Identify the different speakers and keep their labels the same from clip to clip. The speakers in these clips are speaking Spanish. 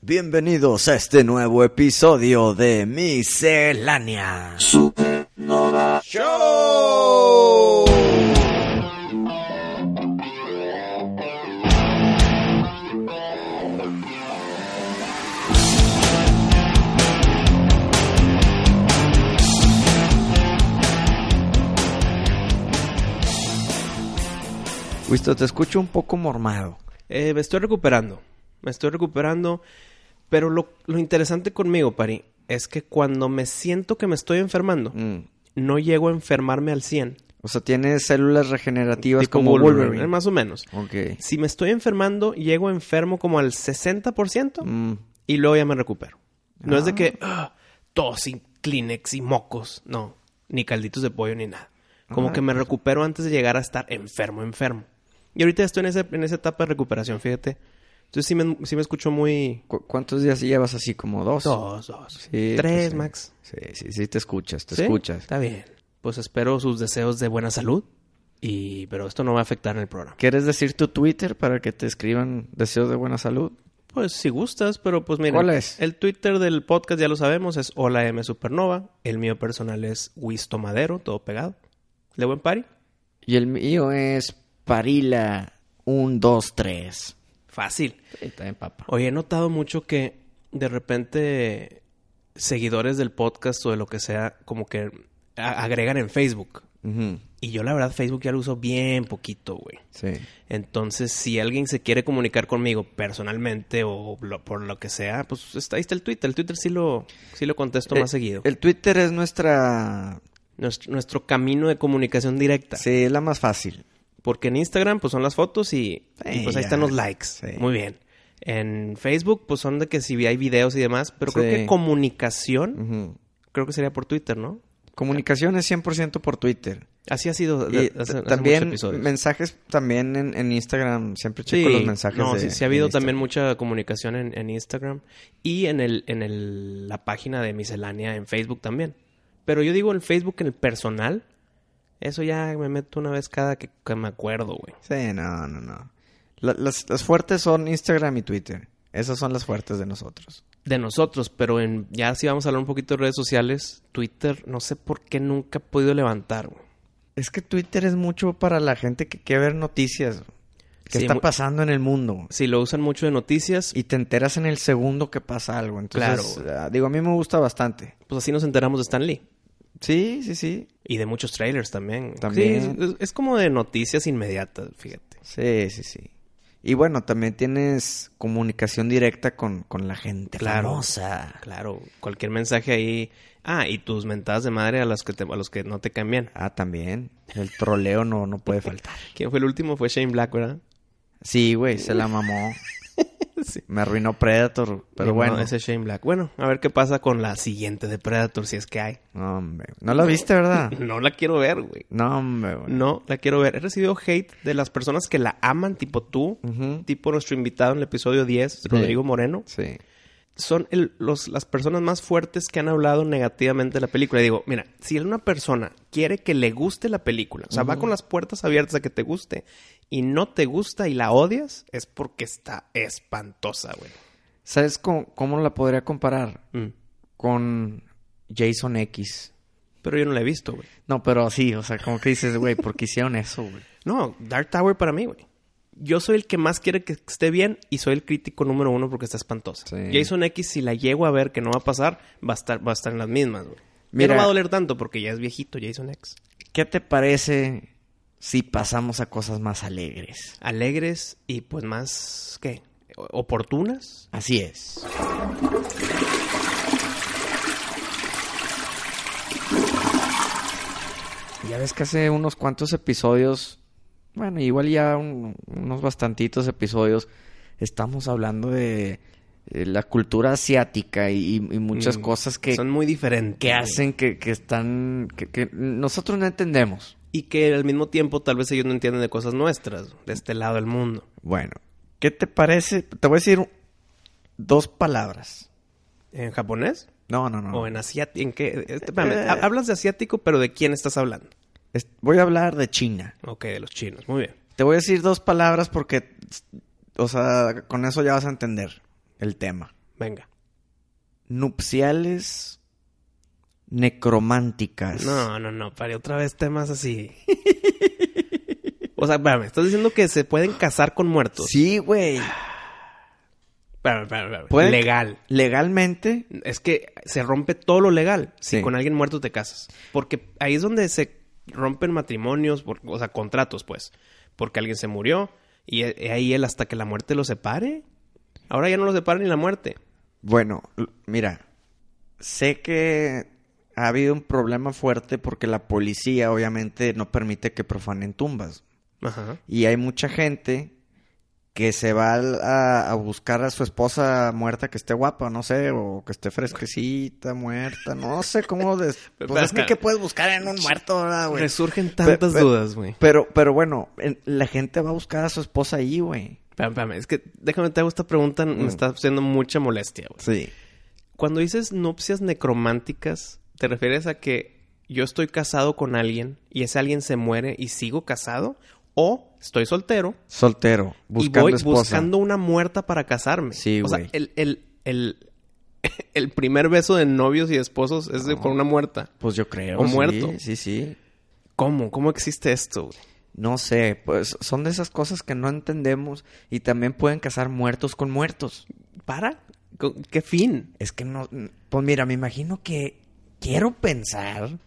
Speaker 1: Bienvenidos a este nuevo episodio de Miscelánea
Speaker 2: Supernova.
Speaker 1: Show. Wisto, te escucho un poco mormado.
Speaker 3: Eh, me estoy recuperando. Me estoy recuperando. Pero lo, lo interesante conmigo, Pari, es que cuando me siento que me estoy enfermando,
Speaker 1: Mm.
Speaker 3: no llego a enfermarme al 100.
Speaker 1: O sea, tiene células regenerativas
Speaker 3: Tipo
Speaker 1: como Wolverine.
Speaker 3: eh, Más o menos.
Speaker 1: Ok.
Speaker 3: Si me estoy enfermando, llego enfermo como al 60%
Speaker 1: Mm.
Speaker 3: y luego ya me recupero. No es de que ah, tos y Kleenex y mocos. No, ni calditos de pollo ni nada. Como
Speaker 1: Ah,
Speaker 3: que me recupero antes de llegar a estar enfermo, enfermo. Y ahorita estoy en, ese- en esa etapa de recuperación, fíjate. Entonces sí me, sí me escucho muy,
Speaker 1: ¿Cu- ¿Cuántos días llevas así? ¿Como dos?
Speaker 3: Dos, dos.
Speaker 1: Sí,
Speaker 3: Tres,
Speaker 1: pues, sí.
Speaker 3: Max.
Speaker 1: Sí, sí, sí, te Este, escuchas, te
Speaker 3: ¿Sí?
Speaker 1: escuchas.
Speaker 3: Está bien. Pues espero sus deseos de buena salud. Y... Pero esto no va a afectar en el programa.
Speaker 1: ¿Quieres decir tu Twitter para que te escriban deseos de buena salud?
Speaker 3: Pues si gustas, pero pues mira.
Speaker 1: ¿Cuál es?
Speaker 3: El Twitter del podcast, ya lo sabemos, es Hola M Supernova. El mío personal es Wisto Madero, todo pegado. ¿Le buen pari?
Speaker 1: Y el mío es Parila 123.
Speaker 3: Fácil.
Speaker 1: Está bien, papá.
Speaker 3: Hoy he notado mucho que de repente seguidores del podcast o de lo que sea, como que a- agregan en Facebook.
Speaker 1: Ujú,
Speaker 3: Y yo la verdad Facebook ya lo uso bien poquito, güey.
Speaker 1: Sí.
Speaker 3: Entonces, si alguien se quiere comunicar conmigo personalmente o lo- por lo que sea, pues está, ahí está el Twitter. El Twitter sí lo, sí lo contesto
Speaker 1: Eh,
Speaker 3: más seguido.
Speaker 1: El Twitter es nuestra...
Speaker 3: nuestro, nuestro camino de comunicación directa.
Speaker 1: Sí, es la más fácil.
Speaker 3: Porque en Instagram, pues son las fotos y, y,
Speaker 1: Sí,
Speaker 3: pues ahí
Speaker 1: ya.
Speaker 3: están los likes.
Speaker 1: Sí.
Speaker 3: Muy bien. En Facebook, pues son de que si hay videos y demás, pero creo
Speaker 1: Sí.
Speaker 3: que comunicación,
Speaker 1: Ujú.
Speaker 3: creo que sería por Twitter, ¿no?
Speaker 1: Comunicación es 100% por Twitter.
Speaker 3: Así ha sido
Speaker 1: Y
Speaker 3: de- hace, hace
Speaker 1: también
Speaker 3: muchos episodios.
Speaker 1: mensajes también en, en Instagram. Siempre checo
Speaker 3: Sí,
Speaker 1: los mensajes.
Speaker 3: No,
Speaker 1: de-
Speaker 3: sí, sí ha
Speaker 1: de
Speaker 3: habido
Speaker 1: Instagram.
Speaker 3: también mucha comunicación en, en Instagram y en el, en el, la página de miscelánea en Facebook también. Pero yo digo en Facebook, en el personal, eso ya me meto una vez cada que, que me acuerdo, güey.
Speaker 1: Sí, no, no, no. La- las, las fuertes son Instagram y Twitter. Esas son las fuertes de nosotros.
Speaker 3: De nosotros, pero en, ya si vamos a hablar un poquito de redes sociales, Twitter, no sé por qué nunca he podido levantar, güey.
Speaker 1: Es que Twitter es mucho para la gente que quiere ver noticias. Que
Speaker 3: Sí,
Speaker 1: está
Speaker 3: mu-
Speaker 1: pasando en el mundo.
Speaker 3: Si lo usan mucho de noticias,
Speaker 1: Y te enteras en el segundo que pasa algo. Entonces, ah, digo, a mí me gusta bastante.
Speaker 3: pues así nos enteramos de Stan Lee.
Speaker 1: Sí, sí, sí.
Speaker 3: Y de muchos trailers también.
Speaker 1: También.
Speaker 3: Sí, es- es- es como de noticias inmediatas, fíjate.
Speaker 1: Sí, sí, sí. Y bueno, también tienes comunicación directa con, con la gente
Speaker 3: Claro.
Speaker 1: famosa.
Speaker 3: Claro, cualquier mensaje ahí. Ah, y tus mentadas de madre a las que te- a los que no te cambian.
Speaker 1: Ah, también. El troleo no, no puede faltar.
Speaker 3: ¿Quién fue el último? Fue Shane Black, ¿verdad?
Speaker 1: Sí, güey, se la mamó.
Speaker 3: Sí.
Speaker 1: Me arruinó Predator, pero
Speaker 3: No,
Speaker 1: bueno.
Speaker 3: ese Shane Black. Bueno, a ver qué pasa con la siguiente de Predator, si es que hay.
Speaker 1: No, hombre. No la viste, ¿verdad?
Speaker 3: No la quiero ver, güey.
Speaker 1: No, hombre. güey.
Speaker 3: No la quiero ver. He recibido hate de las personas que la aman, tipo tú,
Speaker 1: Ujú.
Speaker 3: tipo nuestro invitado en el episodio 10, Rodrigo Moreno.
Speaker 1: Sí.
Speaker 3: son el- los- las personas más fuertes que han hablado negativamente de la película. Y digo, mira, si una persona quiere que le guste la película, o sea, va con las puertas abiertas a que te guste y no te gusta y la odias, es porque está espantosa, güey.
Speaker 1: ¿Sabes cómo, cómo la podría comparar?
Speaker 3: Mm.
Speaker 1: Con Jason X.
Speaker 3: Pero yo no la he visto, güey.
Speaker 1: No, pero sí, o sea, como que dices, güey, ¿por qué hicieron eso, güey?
Speaker 3: No, Dark Tower para mí, güey. Yo soy el que más quiere que esté bien y soy el crítico número uno porque está espantosa.
Speaker 1: Sí.
Speaker 3: Jason X, si la llego a ver que no va a pasar, va a estar, va a estar en las mismas, güey. Ya
Speaker 1: Mira.
Speaker 3: no va a doler tanto porque ya es viejito Jason X.
Speaker 1: ¿Qué te parece si pasamos a cosas más alegres?
Speaker 3: alegres y pues más qué O- oportunas
Speaker 1: Así es. Ya ves que hace unos cuantos episodios, bueno, igual ya un- unos bastantitos episodios, estamos hablando de eh, la cultura asiática y, y muchas
Speaker 3: Mm,
Speaker 1: cosas que,
Speaker 3: son muy diferentes
Speaker 1: que hacen que, que están, que, que nosotros no entendemos.
Speaker 3: y que al mismo tiempo tal vez ellos no entienden de cosas nuestras de este lado del mundo
Speaker 1: Bueno, ¿qué te parece? Te voy a decir dos palabras.
Speaker 3: en japonés
Speaker 1: No, no, no.
Speaker 3: o en asiático en qué Este, espérame,
Speaker 1: Eh.
Speaker 3: ha- hablas de asiático pero de quién estás hablando
Speaker 1: Es- Voy a hablar de China.
Speaker 3: Ok, de los chinos muy bien
Speaker 1: Te voy a decir dos palabras porque, o sea, con eso ya vas a entender el tema.
Speaker 3: Venga.
Speaker 1: Nupciales necrománticas.
Speaker 3: No, no, no, para otra vez temas así. O sea, espérame, estás diciendo que se pueden casar con muertos.
Speaker 1: Sí, güey.
Speaker 3: Espérame, espérame, espérame.
Speaker 1: Pueden-
Speaker 3: Legal.
Speaker 1: Legalmente,
Speaker 3: Es que se rompe todo lo legal si
Speaker 1: Sí.
Speaker 3: con alguien muerto te casas. Porque ahí es donde se rompen matrimonios, por- o sea, contratos, pues. Porque alguien se murió y e- ahí él hasta que la muerte lo separe. Ahora ya no lo separa ni la muerte.
Speaker 1: Bueno, l- mira, sé que ha habido un problema fuerte porque la policía obviamente no permite que profanen tumbas.
Speaker 3: Ajá.
Speaker 1: Y hay mucha gente que se va al- a, a buscar a su esposa muerta que esté guapa, no sé, o que esté fresquecita, muerta, no sé cómo... des- Pues es que ¿qué puedes buscar en un muerto, ¿verdad, güey?
Speaker 3: Resurgen tantas
Speaker 1: Pe- pe-
Speaker 3: dudas, güey.
Speaker 1: Pero, pero bueno, en- la gente va a buscar a su esposa ahí, güey.
Speaker 3: Espérame, espérame. Es que déjame te hago esta pregunta, me
Speaker 1: Mm.
Speaker 3: está haciendo mucha molestia, güey.
Speaker 1: Sí.
Speaker 3: Cuando dices nupcias necrománticas, ¿te refieres a que yo estoy casado con alguien y ese alguien se muere y sigo casado? ¿O estoy soltero
Speaker 1: Soltero,
Speaker 3: y
Speaker 1: buscando
Speaker 3: voy
Speaker 1: esposa.
Speaker 3: buscando una muerta para casarme?
Speaker 1: Sí,
Speaker 3: O sea,
Speaker 1: güey.
Speaker 3: el, el, el, el primer beso de novios y esposos es de-
Speaker 1: No.
Speaker 3: con una muerta.
Speaker 1: Pues yo creo.
Speaker 3: O
Speaker 1: sí,
Speaker 3: muerto.
Speaker 1: Sí, sí.
Speaker 3: ¿Cómo? ¿Cómo existe esto? güey?
Speaker 1: No sé, pues son de esas cosas que no entendemos y también pueden casar muertos con muertos.
Speaker 3: ¿Para? ¿Con- ¿Qué fin?
Speaker 1: Es que no, pues mira, me imagino que quiero pensar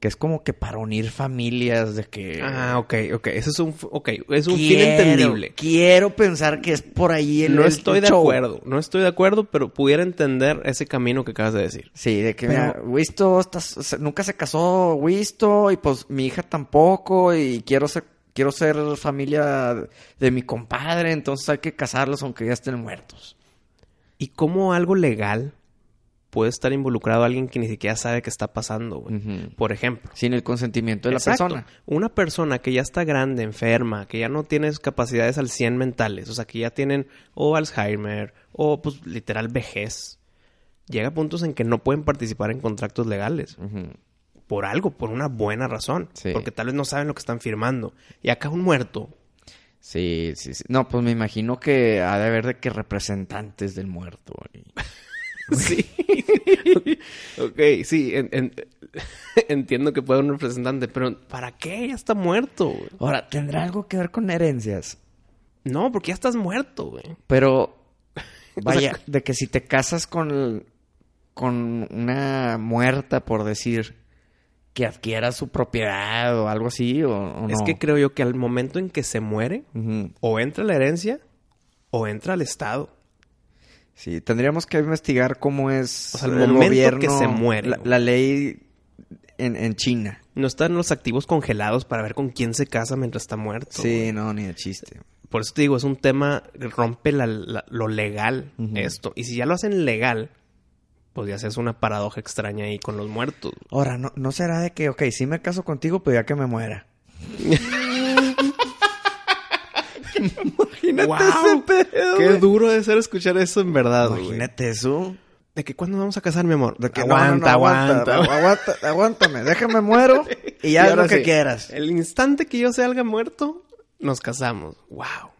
Speaker 1: que es como que para unir familias de que...
Speaker 3: Ah, ok, ok. Eso es un, f- okay. Es un fin
Speaker 1: Eh. Quiero-
Speaker 3: entendible.
Speaker 1: Quiero pensar que es por ahí el
Speaker 3: No
Speaker 1: el
Speaker 3: estoy de
Speaker 1: show.
Speaker 3: acuerdo, no estoy de acuerdo, pero pudiera entender ese camino que acabas de decir.
Speaker 1: Sí, de que
Speaker 3: Pero-
Speaker 1: mira, Wisto estás- se- nunca se casó Wisto y pues mi hija tampoco y quiero ser quiero ser familia de mi compadre, entonces hay que casarlos aunque ya estén muertos.
Speaker 3: ¿Y cómo algo legal puede estar involucrado alguien que ni siquiera sabe que está pasando, güey? Por ejemplo.
Speaker 1: Sin el consentimiento de
Speaker 3: Exacto.
Speaker 1: la persona.
Speaker 3: Una persona que ya está grande, enferma, que ya no tiene sus capacidades al 100 mentales, o sea, que ya tienen o Alzheimer o pues literal vejez, llega a puntos en que no pueden participar en contratos legales. Por algo, por una buena razón.
Speaker 1: Sí.
Speaker 3: Porque tal vez no saben lo que están firmando. Y acá un muerto,
Speaker 1: Sí, sí, sí. No, pues me imagino que ha de haber de que representantes del muerto. y-
Speaker 3: Sí. ok, sí, en- en- entiendo que puede haber un representante, pero ¿para qué? Ya está muerto, güey.
Speaker 1: Ahora, tendrá algo que ver con herencias,
Speaker 3: No, porque ya estás muerto, güey.
Speaker 1: pero vaya, de que si te casas con, el- con una muerta, por decir, que adquiera su propiedad o algo así, o, o
Speaker 3: Es
Speaker 1: no.
Speaker 3: que creo yo que al momento en que se muere,
Speaker 1: Ujú.
Speaker 3: o entra la herencia, o entra el Estado.
Speaker 1: Sí, tendríamos que investigar cómo es
Speaker 3: O sea, el momento que se muere,
Speaker 1: la,
Speaker 3: güey.
Speaker 1: la ley en, en China.
Speaker 3: No están los activos congelados para ver con quién se casa mientras está muerto.
Speaker 1: Sí, no, ni de chiste.
Speaker 3: Por eso te digo, es un tema que rompe la- la- lo legal
Speaker 1: Ujú.
Speaker 3: esto. Y si ya lo hacen legal, pues ya se hace una paradoja extraña ahí con los muertos.
Speaker 1: Ahora, ¿no, no será de que, ok, sí me caso contigo, pero ya que me muera? Imagínate
Speaker 3: ¡Guau!
Speaker 1: pedo,
Speaker 3: Qué
Speaker 1: güey.
Speaker 3: duro de ser escuchar eso en verdad, güey.
Speaker 1: Imagínate eso.
Speaker 3: De que cuándo nos vamos a casar, mi amor.
Speaker 1: De que, no,
Speaker 3: aguanta,
Speaker 1: no, no,
Speaker 3: aguanta.
Speaker 1: aguanta, aguanta, aguántame, déjame muero y ya haz
Speaker 3: ahora
Speaker 1: lo que
Speaker 3: sí,
Speaker 1: quieras.
Speaker 3: El instante que yo salga muerto, nos casamos. Wow.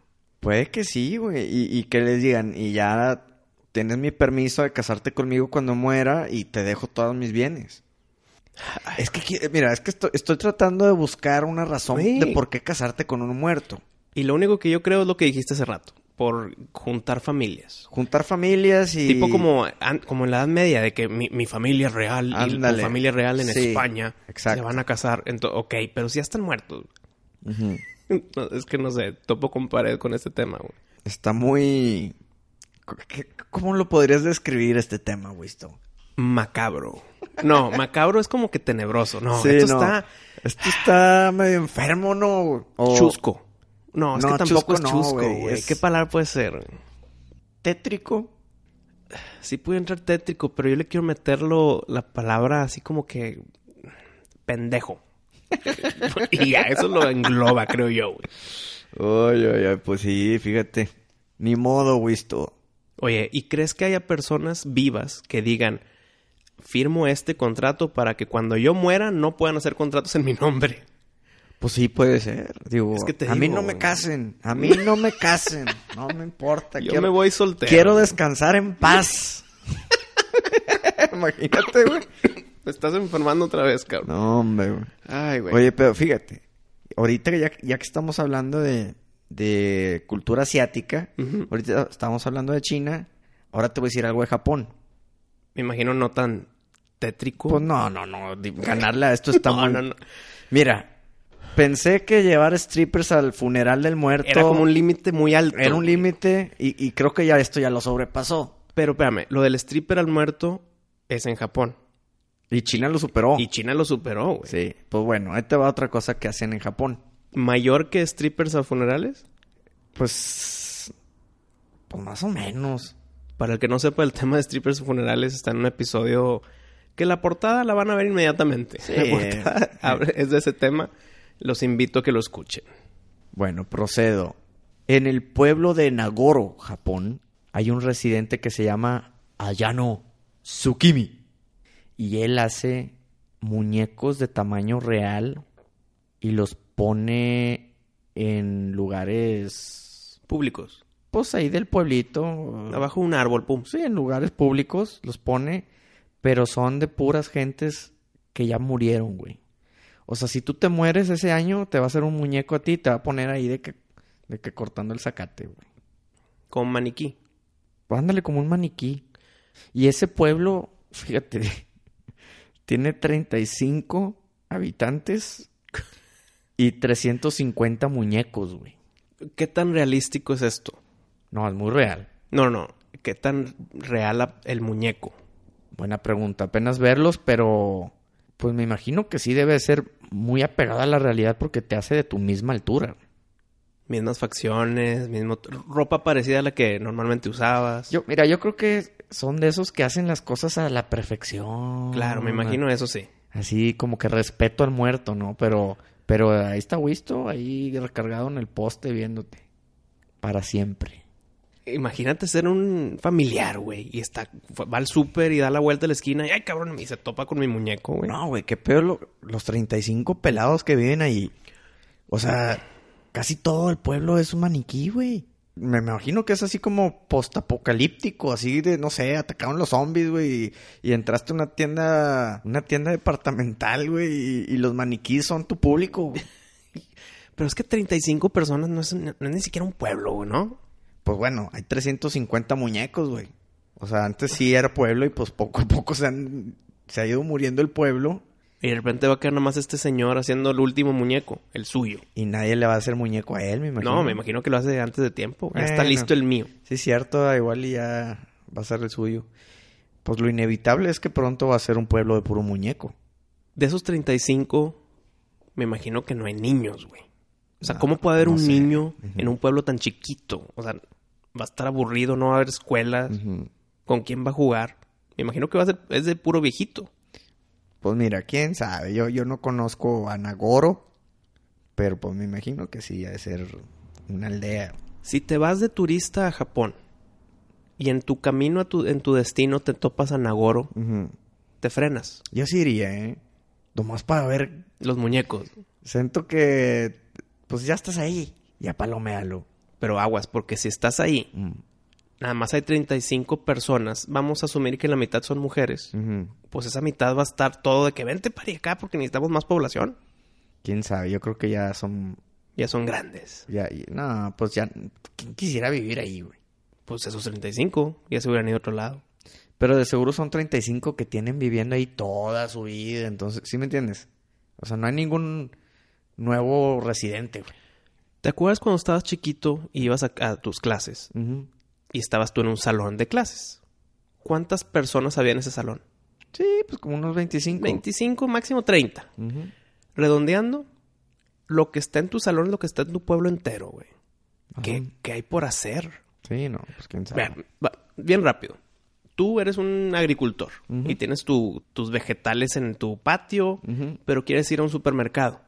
Speaker 1: Puede que sí, güey, y, y que les digan, y ya tienes mi permiso de casarte conmigo cuando muera y te dejo todos mis bienes. Es que, qui- mira, es que estoy, estoy tratando de buscar una razón
Speaker 3: Güey.
Speaker 1: de por qué casarte con un muerto.
Speaker 3: Y lo único que yo creo es lo que dijiste hace rato. Por juntar familias.
Speaker 1: Juntar familias y...
Speaker 3: Tipo como, an- como en la Edad Media, de que mi, mi familia real y la
Speaker 1: Ándale.
Speaker 3: familia real en
Speaker 1: Sí,
Speaker 3: España
Speaker 1: exacto.
Speaker 3: se van a casar. Ento- ok, pero si ya están muertos.
Speaker 1: Ujú.
Speaker 3: No, es que no sé, topo con pared con este tema, güey.
Speaker 1: Está muy... ¿Qué- ¿Cómo lo podrías describir este tema, Wisto?
Speaker 3: Macabro. No, macabro es como que tenebroso. No,
Speaker 1: Sí,
Speaker 3: esto
Speaker 1: no.
Speaker 3: está...
Speaker 1: Esto está medio enfermo, ¿no? O
Speaker 3: Chusco. No, es
Speaker 1: No,
Speaker 3: que tampoco
Speaker 1: chusco
Speaker 3: es
Speaker 1: no,
Speaker 3: chusco,
Speaker 1: güey,
Speaker 3: güey.
Speaker 1: es-
Speaker 3: ¿Qué palabra puede ser? güey?
Speaker 1: tétrico.
Speaker 3: Sí puede entrar tétrico, pero yo le quiero meterlo la palabra así como que pendejo. y ya, eso lo engloba, creo yo. güey.
Speaker 1: Ay, ay, ay, pues sí, fíjate. Ni modo, Wisto.
Speaker 3: Oye, ¿y crees que haya personas vivas que digan, firmo este contrato para que cuando yo muera no puedan hacer contratos en mi nombre?
Speaker 1: Pues sí, puede ser. Digo,
Speaker 3: Es que te
Speaker 1: a mí
Speaker 3: digo,
Speaker 1: no me
Speaker 3: güey.
Speaker 1: casen, a mí no me casen, no me importa.
Speaker 3: Yo
Speaker 1: quiero,
Speaker 3: me voy soltero.
Speaker 1: quiero descansar en paz. Imagínate, güey.
Speaker 3: Me estás enfermando otra vez, cabrón.
Speaker 1: No, hombre, güey.
Speaker 3: Ay, güey.
Speaker 1: Oye, pero fíjate, ahorita que ya, ya que estamos hablando de, de cultura asiática,
Speaker 3: Ujú.
Speaker 1: ahorita estamos hablando de China, ahora te voy a decir algo de Japón.
Speaker 3: Me imagino no tan tétrico.
Speaker 1: Pues no, no, no, di- ganarle a esto está
Speaker 3: No,
Speaker 1: mal.
Speaker 3: no, no.
Speaker 1: Mira, pensé que llevar strippers al funeral del muerto
Speaker 3: Era como un límite muy alto.
Speaker 1: era un límite y, y creo que ya esto ya lo sobrepasó.
Speaker 3: Pero espérame, lo del stripper al muerto es en Japón.
Speaker 1: Y China lo superó.
Speaker 3: Y China lo superó, güey.
Speaker 1: Oh. Sí, pues bueno, ahí te va otra cosa que hacen en Japón.
Speaker 3: ¿Mayor que strippers a funerales?
Speaker 1: Pues, pues más o menos.
Speaker 3: Para el que no sepa, el tema de strippers a funerales está en un episodio que la portada la van a ver inmediatamente.
Speaker 1: Sí.
Speaker 3: La portada habla- es de ese tema. Los invito a que lo escuchen.
Speaker 1: Bueno, procedo. En el pueblo de Nagoro, Japón, hay un residente que se llama Ayano Tsukimi. Y él hace muñecos de tamaño real y los pone en lugares,
Speaker 3: Públicos.
Speaker 1: pues ahí del pueblito.
Speaker 3: Abajo un árbol, pum.
Speaker 1: Sí, en lugares públicos los pone, pero son de puras gentes que ya murieron, güey. O sea, si tú te mueres ese año, te va a hacer un muñeco a ti, y te va a poner ahí de que, de que cortando el zacate, güey.
Speaker 3: Con maniquí.
Speaker 1: Pues ándale como un maniquí. Y ese pueblo, fíjate, tiene 35 habitantes y 350 muñecos, güey.
Speaker 3: ¿Qué tan realístico es esto?
Speaker 1: No, es muy real.
Speaker 3: No, no. ¿Qué tan real a- el muñeco?
Speaker 1: Buena pregunta, apenas verlos, pero pues me imagino que sí debe ser muy apegada a la realidad porque te hace de tu misma altura.
Speaker 3: Mismas facciones, mismo t- ropa parecida a la que normalmente usabas.
Speaker 1: Yo, mira, yo creo que son de esos que hacen las cosas a la perfección.
Speaker 3: Mm, claro, me imagino eso sí.
Speaker 1: Así como que respeto al muerto, ¿no? Pero, pero ahí está Wisto, ahí recargado en el poste viéndote. Para siempre.
Speaker 3: Imagínate ser un familiar, güey, y está va al súper y da la vuelta a la esquina y ay, cabrón, y se topa con mi muñeco, güey.
Speaker 1: No, güey, qué peor lo- los 35 pelados que viven ahí. O sea, casi todo el pueblo es un maniquí, güey. Me me imagino que es así como postapocalíptico, así de, no sé, atacaron los zombies, güey, y, y entraste a una tienda, una tienda departamental, güey, y, y los maniquís son tu público, güey.
Speaker 3: Pero es que 35 personas no es, no es ni siquiera un pueblo, güey, ¿no?
Speaker 1: Pues bueno, hay 350 muñecos, güey. O sea, antes sí era pueblo y pues poco a poco se, han, se ha ido muriendo el pueblo
Speaker 3: Y de repente va a quedar nomás este señor haciendo el último muñeco, el suyo.
Speaker 1: y nadie le va a hacer muñeco a él, me imagino.
Speaker 3: No, me imagino que lo hace antes de tiempo. güey. Ya está
Speaker 1: Bueno.
Speaker 3: listo el mío.
Speaker 1: Sí, cierto, igual y ya va a ser el suyo. Pues lo inevitable es que pronto va a ser un pueblo de puro muñeco.
Speaker 3: De esos 35, me imagino que no hay niños, güey. O sea,
Speaker 1: No,
Speaker 3: ¿cómo puede haber
Speaker 1: no
Speaker 3: un
Speaker 1: sé.
Speaker 3: niño
Speaker 1: Ujú.
Speaker 3: en un pueblo tan chiquito? O sea, va a estar aburrido, no va a haber escuelas. ¿Con quién va a jugar? Me imagino que va a ser, es de puro viejito.
Speaker 1: Pues mira, quién sabe, yo, yo no conozco a Nagoro, pero pues me imagino que sí, ha de ser una aldea.
Speaker 3: Si te vas de turista a Japón y en tu camino a tu, en tu destino te topas a Nagoro, te frenas.
Speaker 1: Yo sí iría, ¿eh? Nomás para ver,
Speaker 3: Los muñecos.
Speaker 1: siento que pues ya estás ahí, ya Mm. paloméalo.
Speaker 3: Pero aguas, porque si estás ahí, nada más hay 35 personas. Vamos a asumir que la mitad son mujeres. Pues esa mitad va a estar todo de que vente para acá porque necesitamos más población.
Speaker 1: Quién sabe, yo creo que ya son,
Speaker 3: Ya son grandes.
Speaker 1: ya, y- no, pues ya, ¿quién quisiera vivir ahí, güey?
Speaker 3: Pues esos 35 ya se hubieran ido a otro lado.
Speaker 1: Pero de seguro son 35 que tienen viviendo ahí toda su vida. Entonces, ¿sí me entiendes? O sea, no hay ningún nuevo residente, güey.
Speaker 3: ¿Te acuerdas cuando estabas chiquito y ibas a, a tus clases y estabas tú en un salón de clases? ¿Cuántas personas había en ese salón?
Speaker 1: Sí, pues como unos 25.
Speaker 3: 25, máximo 30.
Speaker 1: Ujú.
Speaker 3: Redondeando, lo que está en tu salón es lo que está en tu pueblo entero, güey.
Speaker 1: Ajá.
Speaker 3: ¿Qué, qué hay por hacer?
Speaker 1: Sí, no, pues quién sabe.
Speaker 3: Vean, va, bien rápido. Tú eres un agricultor
Speaker 1: Ujú.
Speaker 3: y tienes tu- tus vegetales en tu patio,
Speaker 1: Ujú.
Speaker 3: pero quieres ir a un supermercado.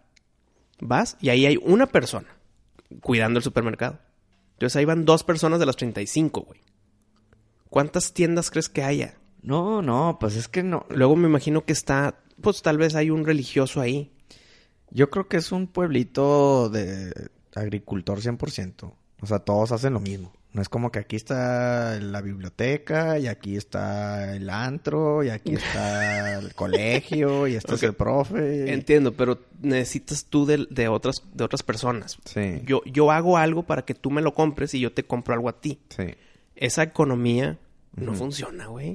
Speaker 3: Vas y ahí hay una persona cuidando el supermercado. Entonces ahí van dos personas de las 35, güey. ¿Cuántas tiendas crees que haya?
Speaker 1: No, no, pues es que no.
Speaker 3: Luego me imagino que está, pues tal vez hay un religioso ahí.
Speaker 1: Yo creo que es un pueblito de agricultor 100%. O sea, todos hacen lo mismo. No es como que aquí está la biblioteca y aquí está el antro y aquí está el colegio y este
Speaker 3: Ok.
Speaker 1: es el profe.
Speaker 3: Entiendo, pero necesitas tú de, de otras, de otras personas.
Speaker 1: Sí.
Speaker 3: Yo, yo hago algo para que tú me lo compres y yo te compro algo a ti.
Speaker 1: Sí.
Speaker 3: Esa economía no
Speaker 1: Ujú.
Speaker 3: funciona, güey.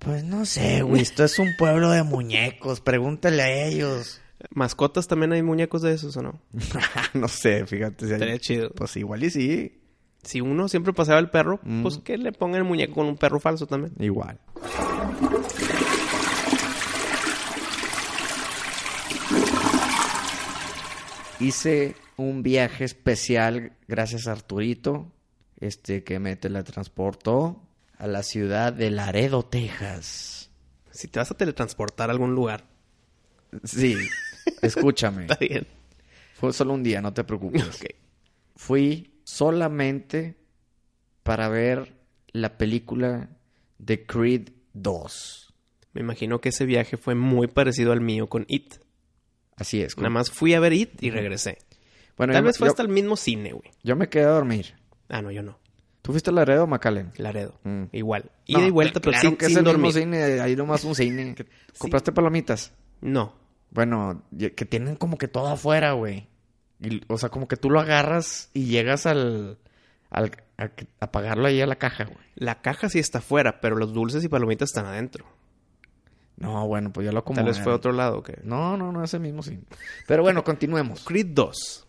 Speaker 1: Pues no sé, güey. Esto es un pueblo de muñecos. Pregúntale a ellos.
Speaker 3: ¿Mascotas también hay muñecos de esos o no?
Speaker 1: no sé, fíjate. si hay-
Speaker 3: Estaría chido.
Speaker 1: Pues igual y sí.
Speaker 3: Si uno siempre paseaba el perro,
Speaker 1: Mm.
Speaker 3: pues que le pongan el muñeco con un perro falso también.
Speaker 1: Igual. Hice un viaje especial gracias a Arturito, este que me teletransportó a la ciudad de Laredo, Texas.
Speaker 3: Si te vas a teletransportar a algún lugar,
Speaker 1: Sí, escúchame.
Speaker 3: está bien.
Speaker 1: Fue solo un día, no te preocupes.
Speaker 3: Ok.
Speaker 1: Fui solamente para ver la película de Creed 2.
Speaker 3: Me imagino que ese viaje fue muy parecido al mío con It.
Speaker 1: Así es.
Speaker 3: Nada más fui a ver It y regresé.
Speaker 1: Bueno,
Speaker 3: Tal
Speaker 1: yo me-
Speaker 3: vez fue
Speaker 1: yo-
Speaker 3: hasta el mismo cine, güey.
Speaker 1: Yo me quedé a dormir.
Speaker 3: Ah, no, yo no.
Speaker 1: ¿Tú fuiste a Laredo o Macallen?
Speaker 3: Laredo.
Speaker 1: Mm.
Speaker 3: Igual.
Speaker 1: No,
Speaker 3: Ida y vuelta, pero
Speaker 1: claro
Speaker 3: sin,
Speaker 1: que es
Speaker 3: sin
Speaker 1: el
Speaker 3: dormir.
Speaker 1: mismo cine, ahí nomás un cine. ¿Compraste palomitas?
Speaker 3: No.
Speaker 1: Bueno, y- que tienen como que todo afuera, güey. Y- O sea, como que tú lo agarras y llegas al... al a, que- a pagarlo ahí a la caja, güey.
Speaker 3: La caja sí está afuera, pero los dulces y palomitas están adentro.
Speaker 1: No, bueno, pues yo lo como...
Speaker 3: Tal vez fue a otro lado que.
Speaker 1: No, no, no, ese mismo cine. Pero bueno, continuemos.
Speaker 3: Creed 2.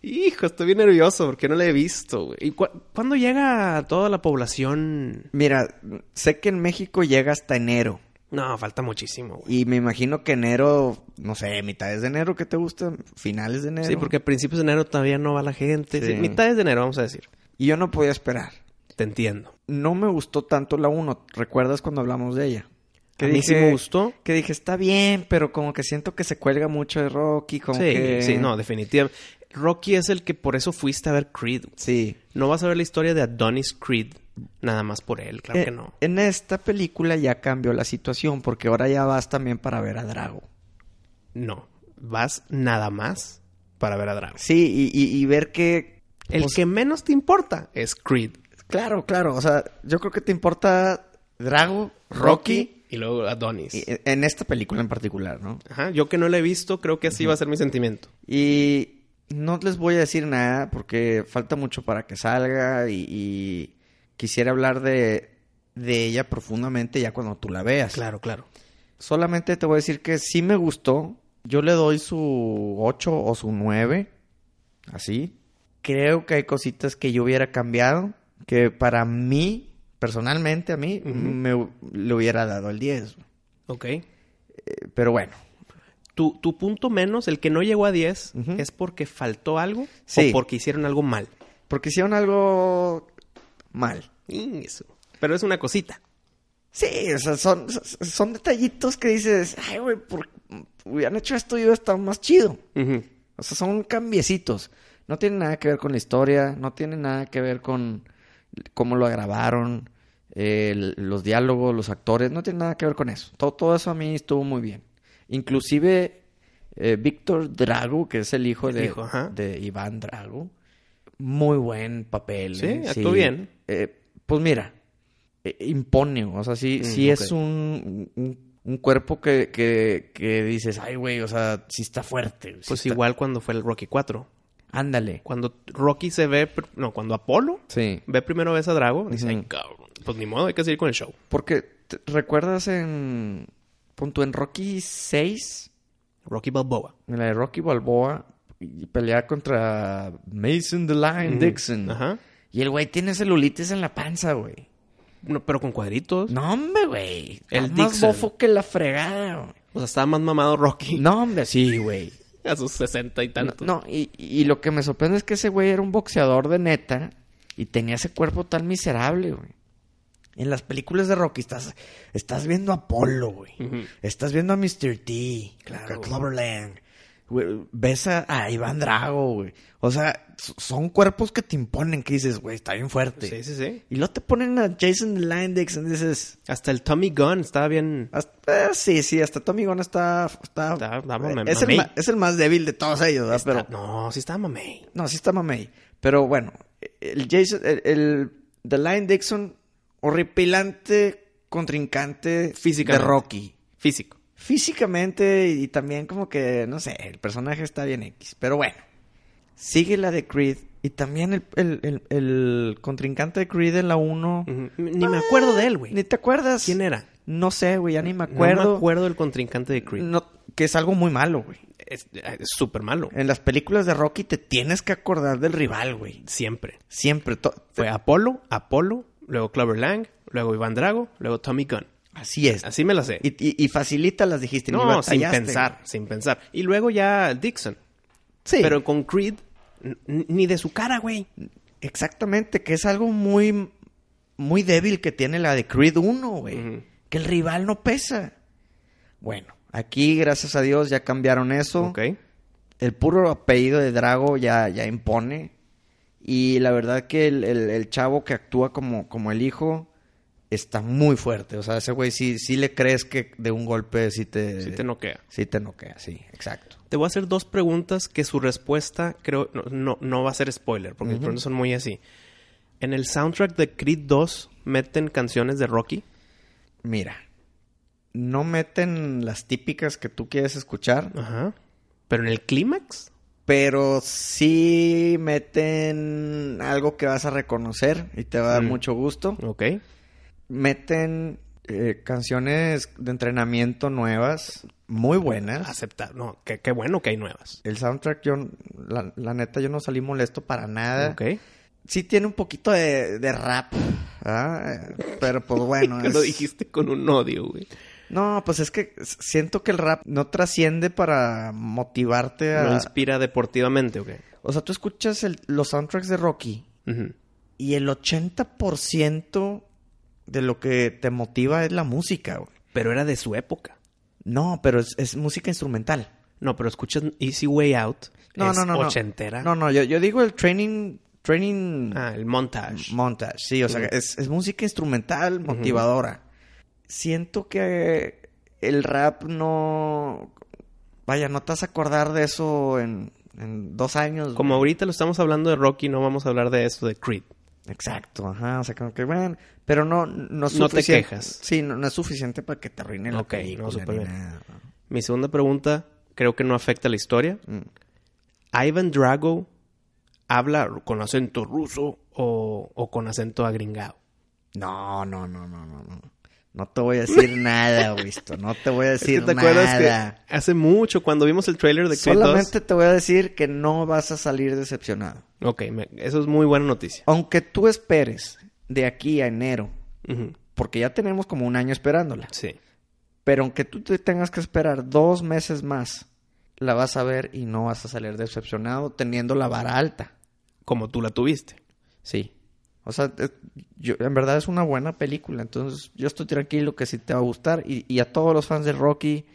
Speaker 3: Hijo, estoy bien nervioso porque no la he visto, güey. ¿Y cua- cuándo llega toda la población?
Speaker 1: Mira, sé que en México llega hasta enero.
Speaker 3: No, falta muchísimo, güey.
Speaker 1: Y me imagino que enero, no sé, mitades de enero, ¿qué te gusta? Finales de enero.
Speaker 3: Sí, porque a principios de enero todavía no va la gente.
Speaker 1: Sí.
Speaker 3: Sí, mitades de enero, vamos a decir.
Speaker 1: Y yo no podía esperar.
Speaker 3: Te entiendo.
Speaker 1: No me gustó tanto la 1. ¿Recuerdas cuando hablamos de ella?
Speaker 3: a mí sí
Speaker 1: dije-
Speaker 3: me gustó.
Speaker 1: Que dije, está bien, pero como que siento que se cuelga mucho de Rocky, como
Speaker 3: Sí,
Speaker 1: que...
Speaker 3: sí, no, definitivamente. Rocky es el que por eso fuiste a ver Creed. güey.
Speaker 1: Sí.
Speaker 3: No vas a ver la historia de Adonis Creed nada más por él, claro
Speaker 1: Eh,
Speaker 3: que no.
Speaker 1: En esta película ya cambió la situación, porque ahora ya vas también para ver a Drago.
Speaker 3: No, vas nada más para ver a Drago.
Speaker 1: Sí, y, y- y ver que...
Speaker 3: El
Speaker 1: pues,
Speaker 3: que menos te importa es Creed.
Speaker 1: Claro, claro, o sea, yo creo que te importa Drago, Rocky...
Speaker 3: y luego Adonis.
Speaker 1: y- E, en esta película en particular, ¿no?
Speaker 3: Ajá, yo que no lo he visto, creo que así va a ser mi sentimiento.
Speaker 1: Y no les voy a decir nada porque falta mucho para que salga y, y quisiera hablar de, de ella profundamente ya cuando tú la veas.
Speaker 3: claro.
Speaker 1: Solamente te voy a decir que sí me gustó. Yo le doy su 8 o su 9. Así. Creo que hay cositas que yo hubiera cambiado que para mí, personalmente a mí,
Speaker 3: Ujú.
Speaker 1: me, le hubiera dado el 10.
Speaker 3: Ok.
Speaker 1: Eh, Pero bueno,
Speaker 3: Tu, tu punto menos, el que no llegó a 10,
Speaker 1: Ujú.
Speaker 3: es porque faltó algo
Speaker 1: Sí.
Speaker 3: o porque hicieron algo mal.
Speaker 1: porque hicieron algo mal.
Speaker 3: Mm, eso. Pero es una cosita.
Speaker 1: Sí, o sea, son, son detallitos que dices, ay, güey, por- hubieran hecho esto y hubiera estado más chido. O sea, son cambiecitos. No tienen nada que ver con la historia, no tienen nada que ver con cómo lo grabaron, el- los diálogos, los actores, no tiene nada que ver con eso. Todo, todo eso a mí estuvo muy bien. Inclusive eh, Víctor Drago, que es el hijo,
Speaker 3: El
Speaker 1: de,
Speaker 3: hijo, ajá.
Speaker 1: de Iván Drago, muy buen papel.
Speaker 3: Sí,
Speaker 1: ¿eh?
Speaker 3: actuó bien.
Speaker 1: Eh, pues mira, eh, impone, o sea, sí,
Speaker 3: Mm,
Speaker 1: sí es
Speaker 3: ok.
Speaker 1: un, un, un cuerpo que, que, que dices, ay, güey, o sea, sí está fuerte. sí
Speaker 3: Pues
Speaker 1: está-
Speaker 3: igual cuando fue el Rocky 4.
Speaker 1: Ándale.
Speaker 3: Cuando Rocky se ve, pr- no, cuando Apolo
Speaker 1: Sí.
Speaker 3: ve primero vez a Drago, dice,
Speaker 1: Ujú.
Speaker 3: ay, cabrón, pues ni modo, hay que seguir con el show.
Speaker 1: Porque, ¿te- ¿recuerdas en. Punto en Rocky 6?
Speaker 3: Rocky Balboa.
Speaker 1: En la de Rocky Balboa. Y pelea contra Mason the Lion Dixon.
Speaker 3: Ajá.
Speaker 1: Y el güey tiene celulitis en la panza, güey.
Speaker 3: No, pero con cuadritos.
Speaker 1: No, hombre, güey. Está
Speaker 3: El
Speaker 1: más
Speaker 3: Dixon.
Speaker 1: bofo que la fregada, güey.
Speaker 3: O sea, estaba más mamado Rocky
Speaker 1: No, hombre, sí, güey.
Speaker 3: a sus 60 y
Speaker 1: No,
Speaker 3: tanto.
Speaker 1: no, y, y lo que me sorprende es que ese güey era un boxeador de neta y tenía ese cuerpo tan miserable, güey. En las películas de Rocky estás, estás viendo a Apolo, güey.
Speaker 3: Ujú.
Speaker 1: Estás viendo a Mr. T, a
Speaker 3: Claro.
Speaker 1: Cloverland. güey, ves a, a Iván Drago, güey. O sea, s- son cuerpos que te imponen, que dices, güey, está bien fuerte.
Speaker 3: Sí, sí, sí.
Speaker 1: Y luego te ponen a Jason Landex y dices,
Speaker 3: Hasta el Tommy Gunn estaba bien.
Speaker 1: hasta- eh, sí, sí, hasta Tommy Gunn está... está, eh,
Speaker 3: Está- está mame-
Speaker 1: Ah, es, el
Speaker 3: mamey.
Speaker 1: ma- es el más débil de todos ellos, ¿verdad?
Speaker 3: Está-
Speaker 1: Pero,
Speaker 3: No, sí estaba mamey.
Speaker 1: no, sí está mamey. Pero bueno, el Jason, el, el The Lion Dixon, horripilante contrincante de
Speaker 3: Físicamente.
Speaker 1: Rocky.
Speaker 3: Físico.
Speaker 1: Físicamente y también como que, no sé, el personaje está bien X. Pero bueno, sigue la de Creed. Y también el, el- el- el contrincante de Creed en la 1.
Speaker 3: Ujú. Ni me acuerdo de él,
Speaker 1: ¿Ni
Speaker 3: güey.
Speaker 1: te acuerdas?
Speaker 3: ¿Quién era?
Speaker 1: No sé, güey, ya ni me
Speaker 3: No
Speaker 1: acuerdo.
Speaker 3: me acuerdo del contrincante de Creed.
Speaker 1: No, que es algo muy malo, güey.
Speaker 3: Es es súper malo.
Speaker 1: En las películas de Rocky te tienes que acordar del rival, güey.
Speaker 3: Siempre.
Speaker 1: Siempre. to-
Speaker 3: Fue Apolo, Apolo, luego Clover Lang, luego Iván Drago, luego Tommy Gunn.
Speaker 1: Así es.
Speaker 3: Así me la sé.
Speaker 1: Y, y- y facilita las dijiste. ni
Speaker 3: no, sin
Speaker 1: batallaste,
Speaker 3: pensar,
Speaker 1: güey.
Speaker 3: sin pensar. Y luego ya Dixon.
Speaker 1: Sí.
Speaker 3: Pero con Creed, n- ni de su cara, güey.
Speaker 1: Exactamente, que es algo muy, muy débil que tiene la de Creed 1, güey.
Speaker 3: Ujú.
Speaker 1: Que el rival no pesa. Bueno, aquí, gracias a Dios, ya cambiaron eso.
Speaker 3: Ok.
Speaker 1: El puro apellido de Drago ya, ya impone. Y la verdad que el, el- el chavo que actúa como, como el hijo está muy fuerte. O sea, ese güey sí, sí le crees que de un golpe sí te...
Speaker 3: Si te noquea.
Speaker 1: Sí te noquea, sí, exacto.
Speaker 3: Te voy a hacer dos preguntas que su respuesta creo no, no, no va a ser spoiler, porque las preguntas son muy así. En el soundtrack de Creed 2 meten canciones de Rocky.
Speaker 1: Mira, no meten las típicas que tú quieres escuchar,
Speaker 3: Ajá. Pero en el clímax.
Speaker 1: pero sí meten algo que vas a reconocer y te va a dar
Speaker 3: Mm.
Speaker 1: mucho gusto.
Speaker 3: Ok.
Speaker 1: Meten eh, canciones de entrenamiento nuevas, muy buenas.
Speaker 3: Aceptar. No, qué qué bueno que hay nuevas.
Speaker 1: El soundtrack, yo, la, la neta, yo no salí molesto para nada.
Speaker 3: Ok.
Speaker 1: Sí tiene un poquito de, de rap, ¿ah? pero pues bueno.
Speaker 3: Que lo
Speaker 1: es-
Speaker 3: dijiste con un odio, güey.
Speaker 1: No, pues es que s- siento que el rap no trasciende para motivarte
Speaker 3: No
Speaker 1: a...
Speaker 3: inspira deportivamente, ok.
Speaker 1: O sea, tú escuchas el- los soundtracks de Rocky
Speaker 3: Ujú.
Speaker 1: y el 80% de lo que te motiva es la música, güey.
Speaker 3: Pero era de su época.
Speaker 1: No, pero es, es música instrumental.
Speaker 3: No, pero escuchas Easy Way Out.
Speaker 1: No,
Speaker 3: es
Speaker 1: no, no, no.
Speaker 3: Ochentera.
Speaker 1: No, no, yo, yo digo el training... Training...
Speaker 3: Ah, el montage.
Speaker 1: Montage, sí, o sea,
Speaker 3: Ujú.
Speaker 1: es, es música instrumental, motivadora. Siento que el rap no... Vaya, no te vas a acordar de eso en, en dos años.
Speaker 3: Como
Speaker 1: güey.
Speaker 3: ahorita lo estamos hablando de Rocky, no vamos a hablar de eso de Creed.
Speaker 1: Exacto, ajá, o sea, como que, bueno, pero no, no es
Speaker 3: No te
Speaker 1: suficiente.
Speaker 3: quejas.
Speaker 1: Sí, no, no es suficiente para que te arruine la
Speaker 3: Ok, no,
Speaker 1: película
Speaker 3: súper
Speaker 1: ni
Speaker 3: bien.
Speaker 1: nada, ¿no?
Speaker 3: Mi segunda pregunta creo que no afecta a la historia. ¿Ivan Drago habla con acento ruso o, o con acento agringado?
Speaker 1: No, no, no, no, no, no. No te voy a decir nada, Wisto, no te voy a decir
Speaker 3: ¿Te acuerdas
Speaker 1: Pues nada.
Speaker 3: que hace mucho cuando vimos el trailer de Creed 2?
Speaker 1: Solamente te voy a decir que no vas a salir decepcionado.
Speaker 3: Ok, me- eso es muy buena noticia.
Speaker 1: Aunque tú esperes de aquí a enero,
Speaker 3: Ujú,
Speaker 1: porque ya tenemos como un año esperándola,
Speaker 3: Sí.
Speaker 1: pero aunque tú te tengas que esperar dos meses más, la vas a ver y no vas a salir decepcionado teniendo la vara alta.
Speaker 3: Como tú la tuviste.
Speaker 1: Sí. O sea, es- yo- en verdad es una buena película. Entonces, yo estoy tranquilo que sí te va a gustar. Y, y a todos los fans de Rocky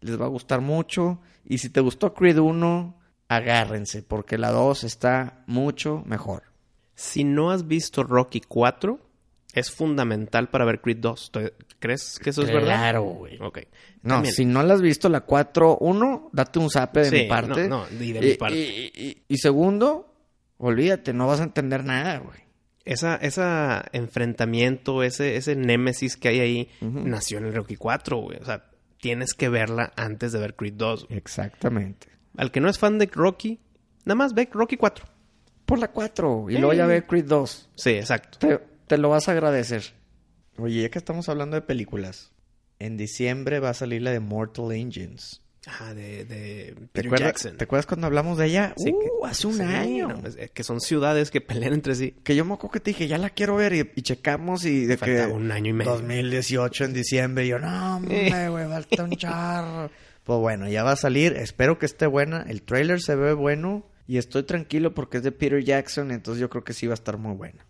Speaker 1: les va a gustar mucho. Y si te gustó Creed 1, agárrense, porque la 2 está mucho mejor.
Speaker 3: Si no has visto Rocky 4, es fundamental para ver Creed 2. ¿Tú- ¿Crees que eso es verdad?
Speaker 1: Claro, güey.
Speaker 3: Ok.
Speaker 1: No,
Speaker 3: También.
Speaker 1: si no la has visto, la 4-1, date un zape de
Speaker 3: Sí,
Speaker 1: mi parte.
Speaker 3: no, no, y de mi parte.
Speaker 1: y- y- y segundo, olvídate, no vas a entender nada, güey.
Speaker 3: Esa, esa enfrentamiento, ese, ese némesis que hay ahí, nació en el Rocky 4, güey. O sea, tienes que verla antes de ver Creed 2. güey.
Speaker 1: Exactamente.
Speaker 3: Al que no es fan de Rocky, nada más ve Rocky 4.
Speaker 1: Por la 4, y luego ya ve Creed 2.
Speaker 3: Sí, exacto.
Speaker 1: Te, te lo vas a agradecer. Oye, ya que estamos hablando de películas, en diciembre va a salir la de Mortal Engines.
Speaker 3: Ah, de, de
Speaker 1: ¿Te
Speaker 3: Peter
Speaker 1: acuerdas,
Speaker 3: Jackson.
Speaker 1: ¿Te acuerdas cuando hablamos de ella?
Speaker 3: Sí,
Speaker 1: Uh, hace un
Speaker 3: sí,
Speaker 1: año.
Speaker 3: no, pues, es que son ciudades que pelean entre sí.
Speaker 1: Que yo me acuerdo que te dije, ya la quiero ver y, y checamos y de que...
Speaker 3: Faltaba un año y medio.
Speaker 1: 2018 en diciembre. Y yo, no, hombre, güey, falta un charro. Pues bueno, ya va a salir. Espero que esté buena. El trailer se ve bueno. Y estoy tranquilo porque es de Peter Jackson. Entonces yo creo que sí va a estar muy buena.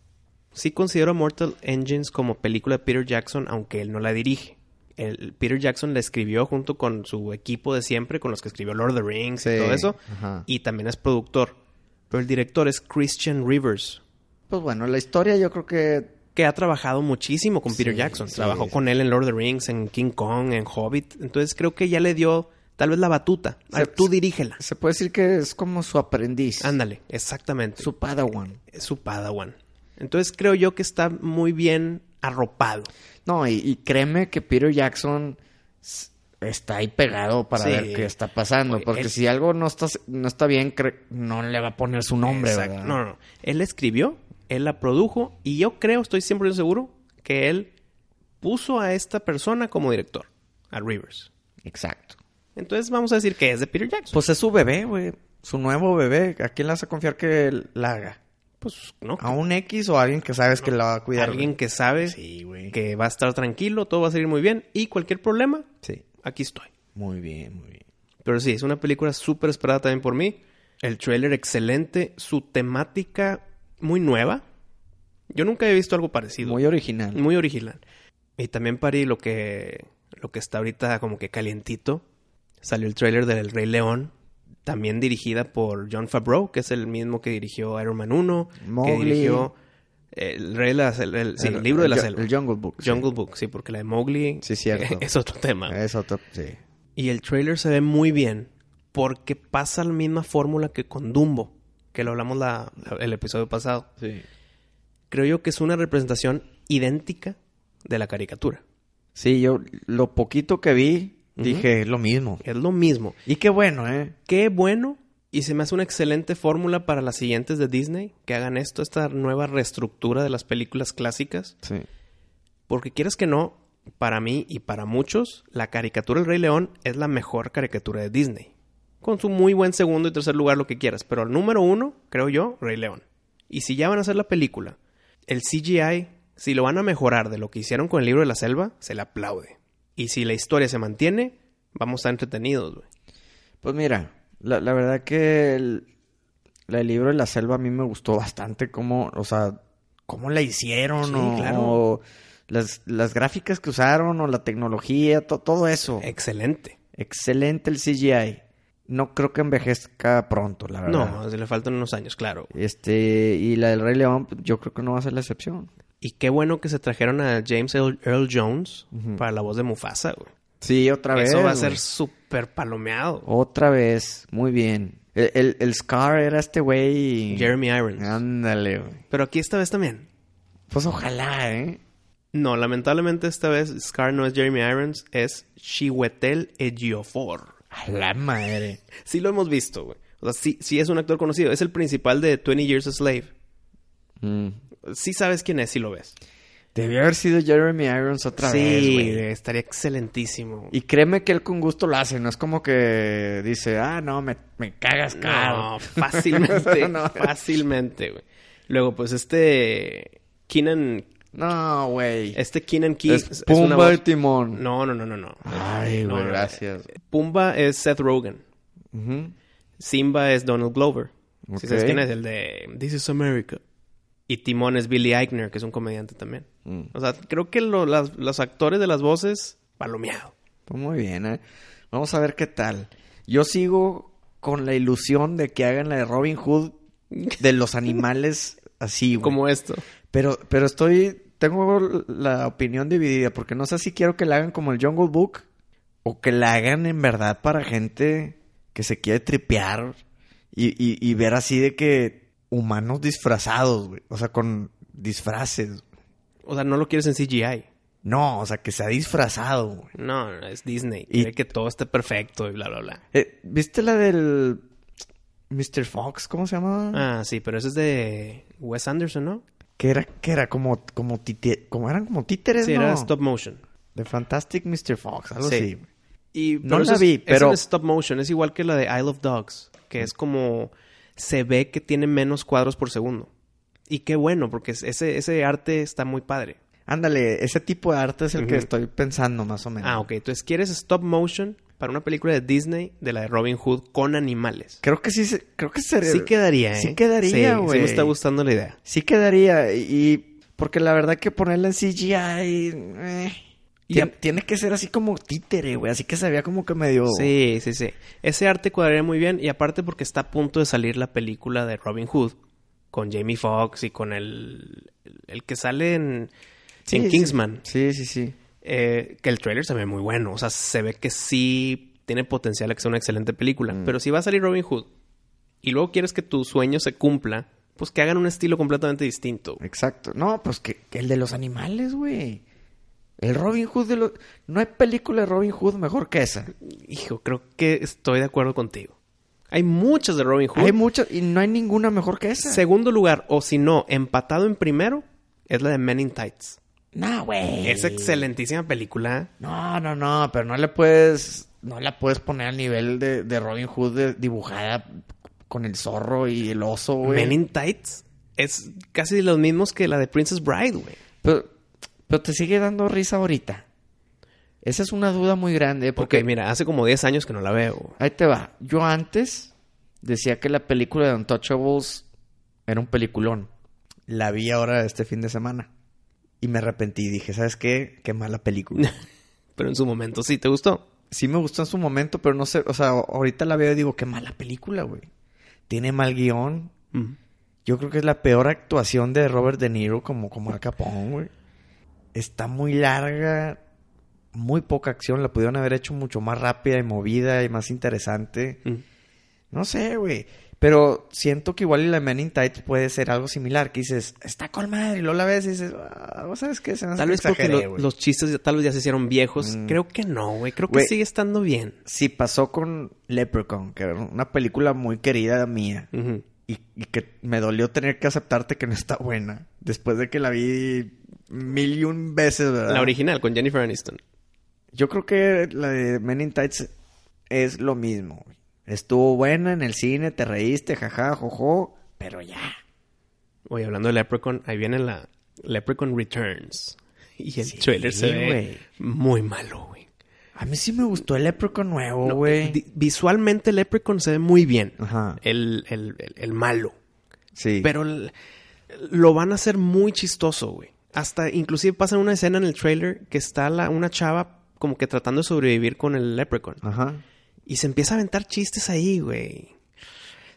Speaker 3: Sí considero Mortal Engines como película de Peter Jackson, aunque él no la dirige. el Peter Jackson la escribió junto con su equipo de siempre, con los que escribió Lord of the Rings
Speaker 1: Sí,
Speaker 3: y todo eso.
Speaker 1: ajá.
Speaker 3: Y también es productor. Pero el director es Christian Rivers,
Speaker 1: Pues bueno, la historia yo creo que
Speaker 3: que ha trabajado muchísimo con Peter
Speaker 1: Sí,
Speaker 3: Jackson.
Speaker 1: sí.
Speaker 3: Trabajó con él en Lord of the Rings, en King Kong, en Hobbit. Entonces creo que ya le dio tal vez la batuta. A ver,
Speaker 1: Se-
Speaker 3: tú dirígela.
Speaker 1: se puede decir que es como su aprendiz,
Speaker 3: Ándale, exactamente.
Speaker 1: su padawan.
Speaker 3: Es su padawan. Entonces creo yo que está muy bien arropado.
Speaker 1: No, y, y créeme que Peter Jackson s- está ahí pegado para
Speaker 3: Sí.
Speaker 1: ver qué está pasando,
Speaker 3: Oye,
Speaker 1: porque
Speaker 3: él-
Speaker 1: si algo no está, no está bien, cre- no le va a poner su nombre,
Speaker 3: Exacto.
Speaker 1: ¿verdad?
Speaker 3: No, no, no. Él la escribió, él la produjo y yo creo, estoy siempre seguro, que él puso a esta persona como director, a Rivers.
Speaker 1: Exacto.
Speaker 3: Entonces vamos a decir que es de Peter Jackson. Pues,
Speaker 1: Pues es su bebé, güey. Su nuevo bebé. ¿A quién le vas a confiar que la haga?
Speaker 3: no.
Speaker 1: ¿A un X o a alguien que sabes que la va a cuidar?
Speaker 3: Alguien que sabe que va a estar tranquilo, todo va a salir muy bien y cualquier problema,
Speaker 1: Sí.
Speaker 3: aquí estoy.
Speaker 1: Muy bien, muy bien.
Speaker 3: Pero sí, es una película súper esperada también por mí. El trailer excelente, su temática muy nueva. Yo nunca he visto algo parecido.
Speaker 1: Muy original.
Speaker 3: Muy original. Y también Pari, lo que, lo que está ahorita como que calientito. Salió el tráiler del El Rey León. También dirigida por John Favreau, que es el mismo que dirigió Iron Man 1. Que
Speaker 1: Mowgli.
Speaker 3: dirigió eh, El Rey de la Sel- el, sí, el libro de la
Speaker 1: el,
Speaker 3: selva.
Speaker 1: El Jungle Book. sí.
Speaker 3: Jungle Book, sí, porque la de Mowgli eh,
Speaker 1: Sí, cierto. Eh.
Speaker 3: es otro tema.
Speaker 1: Es otro, sí.
Speaker 3: Y el trailer se ve muy bien porque pasa la misma fórmula que con Dumbo, que lo hablamos la- la- el episodio pasado.
Speaker 1: Sí.
Speaker 3: Creo yo que es una representación idéntica de la caricatura.
Speaker 1: Sí, yo lo poquito que vi, dije lo mismo.
Speaker 3: Es lo mismo.
Speaker 1: Y qué bueno, ¿eh?
Speaker 3: Qué bueno. Y se me hace una excelente fórmula para las siguientes de Disney, que hagan esto, esta nueva reestructura de las películas clásicas.
Speaker 1: Sí.
Speaker 3: Porque quieras que no, para mí y para muchos, la caricatura del Rey León es la mejor caricatura de Disney. Con su muy buen segundo y tercer lugar, lo que quieras. Pero el número uno, creo yo, Rey León. Y si ya van a hacer la película, el CGI, si lo van a mejorar de lo que hicieron con el libro de la selva, se le aplaude. Y si la historia se mantiene, vamos a estar entretenidos, güey.
Speaker 1: Pues mira, la, la verdad que el, la- el libro de la selva a mí me gustó bastante cómo, o sea, cómo la hicieron
Speaker 3: Sí,
Speaker 1: o,
Speaker 3: claro.
Speaker 1: o las, las gráficas que usaron o la tecnología, to- todo eso.
Speaker 3: Excelente.
Speaker 1: Excelente el CGI. No creo que envejezca pronto, la verdad.
Speaker 3: No, se le faltan unos años, claro.
Speaker 1: Este, y la del Rey León, pues, yo creo que no va a ser la excepción.
Speaker 3: Y qué bueno que se trajeron a James Earl, Earl Jones para la voz de Mufasa, güey.
Speaker 1: Sí, otra vez.
Speaker 3: Eso va a
Speaker 1: güey.
Speaker 3: ser súper palomeado.
Speaker 1: Otra vez, muy bien. El, el- el Scar era este güey.
Speaker 3: Jeremy Irons.
Speaker 1: Ándale, güey.
Speaker 3: Pero aquí esta vez también.
Speaker 1: Pues ojalá, ¿eh?
Speaker 3: No, lamentablemente esta vez Scar no es Jeremy Irons, es Chiwetel Ejiofor.
Speaker 1: A la madre.
Speaker 3: Sí lo hemos visto, güey. O sea, sí, sí es un actor conocido. Es el principal de 20 Years a Slave. Mm. Sí sabes quién es, sí lo ves.
Speaker 1: Debió haber sido Jeremy Irons otra vez,
Speaker 3: sí,
Speaker 1: güey.
Speaker 3: güey, estaría excelentísimo.
Speaker 1: Y créeme que él con gusto lo hace, no es como que dice, ah, no, me, me cagas,
Speaker 3: No,
Speaker 1: caro.
Speaker 3: fácilmente,
Speaker 1: No.
Speaker 3: fácilmente, güey. Luego, pues este Keenan,
Speaker 1: No, güey.
Speaker 3: este Keenan Key
Speaker 1: Es, Pumba
Speaker 3: voz-
Speaker 1: el timón.
Speaker 3: No, no, no, no, no.
Speaker 1: Ay,
Speaker 3: No,
Speaker 1: güey,
Speaker 3: no, no.
Speaker 1: gracias.
Speaker 3: Pumba es Seth Rogen.
Speaker 1: Ujú.
Speaker 3: Simba es Donald Glover. Si sabes
Speaker 1: Ok.
Speaker 3: quién es, el de This is America. Y Timón es Billy Eichner, que es un comediante también.
Speaker 1: Mm.
Speaker 3: O sea, creo que lo- las- los actores de las voces, palomeado.
Speaker 1: Pues muy bien, ¿eh? Vamos a ver qué tal. Yo sigo con la ilusión de que hagan la de Robin Hood de los animales así, güey.
Speaker 3: Como esto.
Speaker 1: Pero, pero estoy. Tengo la opinión dividida, porque no sé si quiero que la hagan como el Jungle Book o que la hagan en verdad para gente que se quiere tripear y, y- y ver así de que humanos disfrazados, güey. O sea, con disfraces.
Speaker 3: O sea, no lo quieres en CGI.
Speaker 1: No, o sea, que sea disfrazado, güey.
Speaker 3: No, no, es Disney.
Speaker 1: Y-
Speaker 3: Quiere que todo esté perfecto y bla, bla, bla.
Speaker 1: Eh, ¿Viste la del. Mr. Fox? ¿Cómo se llamaba?
Speaker 3: Ah, sí, pero eso es de Wes Anderson, ¿no?
Speaker 1: Que era, que era como, como, títe- como eran como títeres,
Speaker 3: Sí,
Speaker 1: ¿no?
Speaker 3: era stop motion.
Speaker 1: The Fantastic Mr. Fox, algo
Speaker 3: Sí.
Speaker 1: así.
Speaker 3: Y,
Speaker 1: No
Speaker 3: pero
Speaker 1: la
Speaker 3: eso es-
Speaker 1: vi,
Speaker 3: eso
Speaker 1: pero-
Speaker 3: Es stop motion, es igual que la de Isle of Dogs, que es como. Se ve que tiene menos cuadros por segundo. Y qué bueno, porque es- ese, ese arte está muy padre.
Speaker 1: Ándale, ese tipo de arte es el que
Speaker 3: Ujú.
Speaker 1: estoy pensando más o menos.
Speaker 3: Ah, ok. Entonces, ¿quieres stop motion para una película de Disney de la de Robin Hood con animales?
Speaker 1: Creo que sí, se- creo que sería-
Speaker 3: Sí quedaría, ¿eh?
Speaker 1: Sí quedaría,
Speaker 3: Sí,
Speaker 1: güey.
Speaker 3: sí me está gustando la idea.
Speaker 1: Sí quedaría y y- porque la verdad que ponerla en CGI eh, Tien- Tiene que ser así como títere, güey. Así que se veía como que medio.
Speaker 3: Sí, sí, sí. Ese arte cuadraría muy bien y aparte porque está a punto de salir la película de Robin Hood con Jamie Foxx y con el, el que sale en,
Speaker 1: Sí,
Speaker 3: en
Speaker 1: sí.
Speaker 3: Kingsman.
Speaker 1: Sí, sí, sí.
Speaker 3: Eh, que el trailer se ve muy bueno. O sea, se ve que sí tiene potencial a que sea una excelente película.
Speaker 1: Mm.
Speaker 3: Pero si va a salir Robin Hood y luego quieres que tu sueño se cumpla, pues que hagan un estilo completamente distinto.
Speaker 1: Exacto. No, pues que, que el de los animales, güey. El Robin Hood de los. No hay película de Robin Hood mejor que esa.
Speaker 3: Hijo, creo que estoy de acuerdo contigo. Hay muchas de Robin Hood.
Speaker 1: Hay muchas y no hay ninguna mejor que esa.
Speaker 3: Segundo lugar, o si no, empatado en primero, es la de Men in Tights.
Speaker 1: No, güey.
Speaker 3: Es excelentísima película.
Speaker 1: No, no, no, pero no le puedes, no la puedes poner al nivel de, de Robin Hood de- dibujada con el zorro y el oso, güey.
Speaker 3: Men in Tights es casi de los mismos que la de Princess Bride, güey.
Speaker 1: Pero, pero te sigue dando risa ahorita. Esa es una duda muy grande
Speaker 3: Porque,
Speaker 1: porque
Speaker 3: mira, hace como 10 años que no la veo.
Speaker 1: ahí te va. Yo antes decía que la película de Untouchables era un peliculón. La vi ahora este fin de semana y me arrepentí. Dije, ¿sabes qué? Qué mala película.
Speaker 3: Pero en su momento sí, ¿te gustó?
Speaker 1: sí me gustó en su momento, pero no sé, o sea, ahorita la veo y digo, qué mala película, güey. Tiene mal guión.
Speaker 3: Mm.
Speaker 1: Yo creo que es la peor actuación de Robert De Niro como, como Al Capón, güey. Está muy larga, muy poca acción, la pudieron haber hecho mucho más rápida y movida y más interesante.
Speaker 3: Mm.
Speaker 1: No sé, güey. Pero siento que igual y la de Men in Tights puede ser algo similar, que dices, está con madre, y luego la ves y dices, ah, ¿vos ¿sabes qué? Se me hace
Speaker 3: Tal
Speaker 1: que
Speaker 3: vez porque
Speaker 1: exageré,
Speaker 3: lo-
Speaker 1: güey".
Speaker 3: los chistes ya- tal vez ya se hicieron viejos.
Speaker 1: Mm.
Speaker 3: Creo que no, güey. Creo que
Speaker 1: Güey.
Speaker 3: sigue estando bien.
Speaker 1: Sí, pasó con Leprechaun, que era una película muy querida mía.
Speaker 3: Ujú.
Speaker 1: Y, y que me dolió tener que aceptarte que no está buena. Después de que la vi mil y un veces, ¿verdad?
Speaker 3: La original con Jennifer Aniston.
Speaker 1: Yo creo que la de Men in Tights es lo mismo. güey. Estuvo buena en el cine, te reíste, jaja, jojo, pero ya.
Speaker 3: Oye, hablando de Leprechaun, ahí viene la Leprechaun Returns. Y el
Speaker 1: Sí,
Speaker 3: trailer se ve
Speaker 1: güey.
Speaker 3: muy malo, güey.
Speaker 1: A mí sí me gustó el Leprechaun nuevo,
Speaker 3: No,
Speaker 1: güey.
Speaker 3: di- visualmente Leprechaun se ve muy bien.
Speaker 1: Ajá.
Speaker 3: El, el- el- el malo.
Speaker 1: Sí.
Speaker 3: Pero el- lo van a hacer muy chistoso, güey. Hasta inclusive pasa una escena en el trailer que está la, una chava como que tratando de sobrevivir con el Leprechaun.
Speaker 1: Ajá.
Speaker 3: Y se empieza a aventar chistes ahí, güey.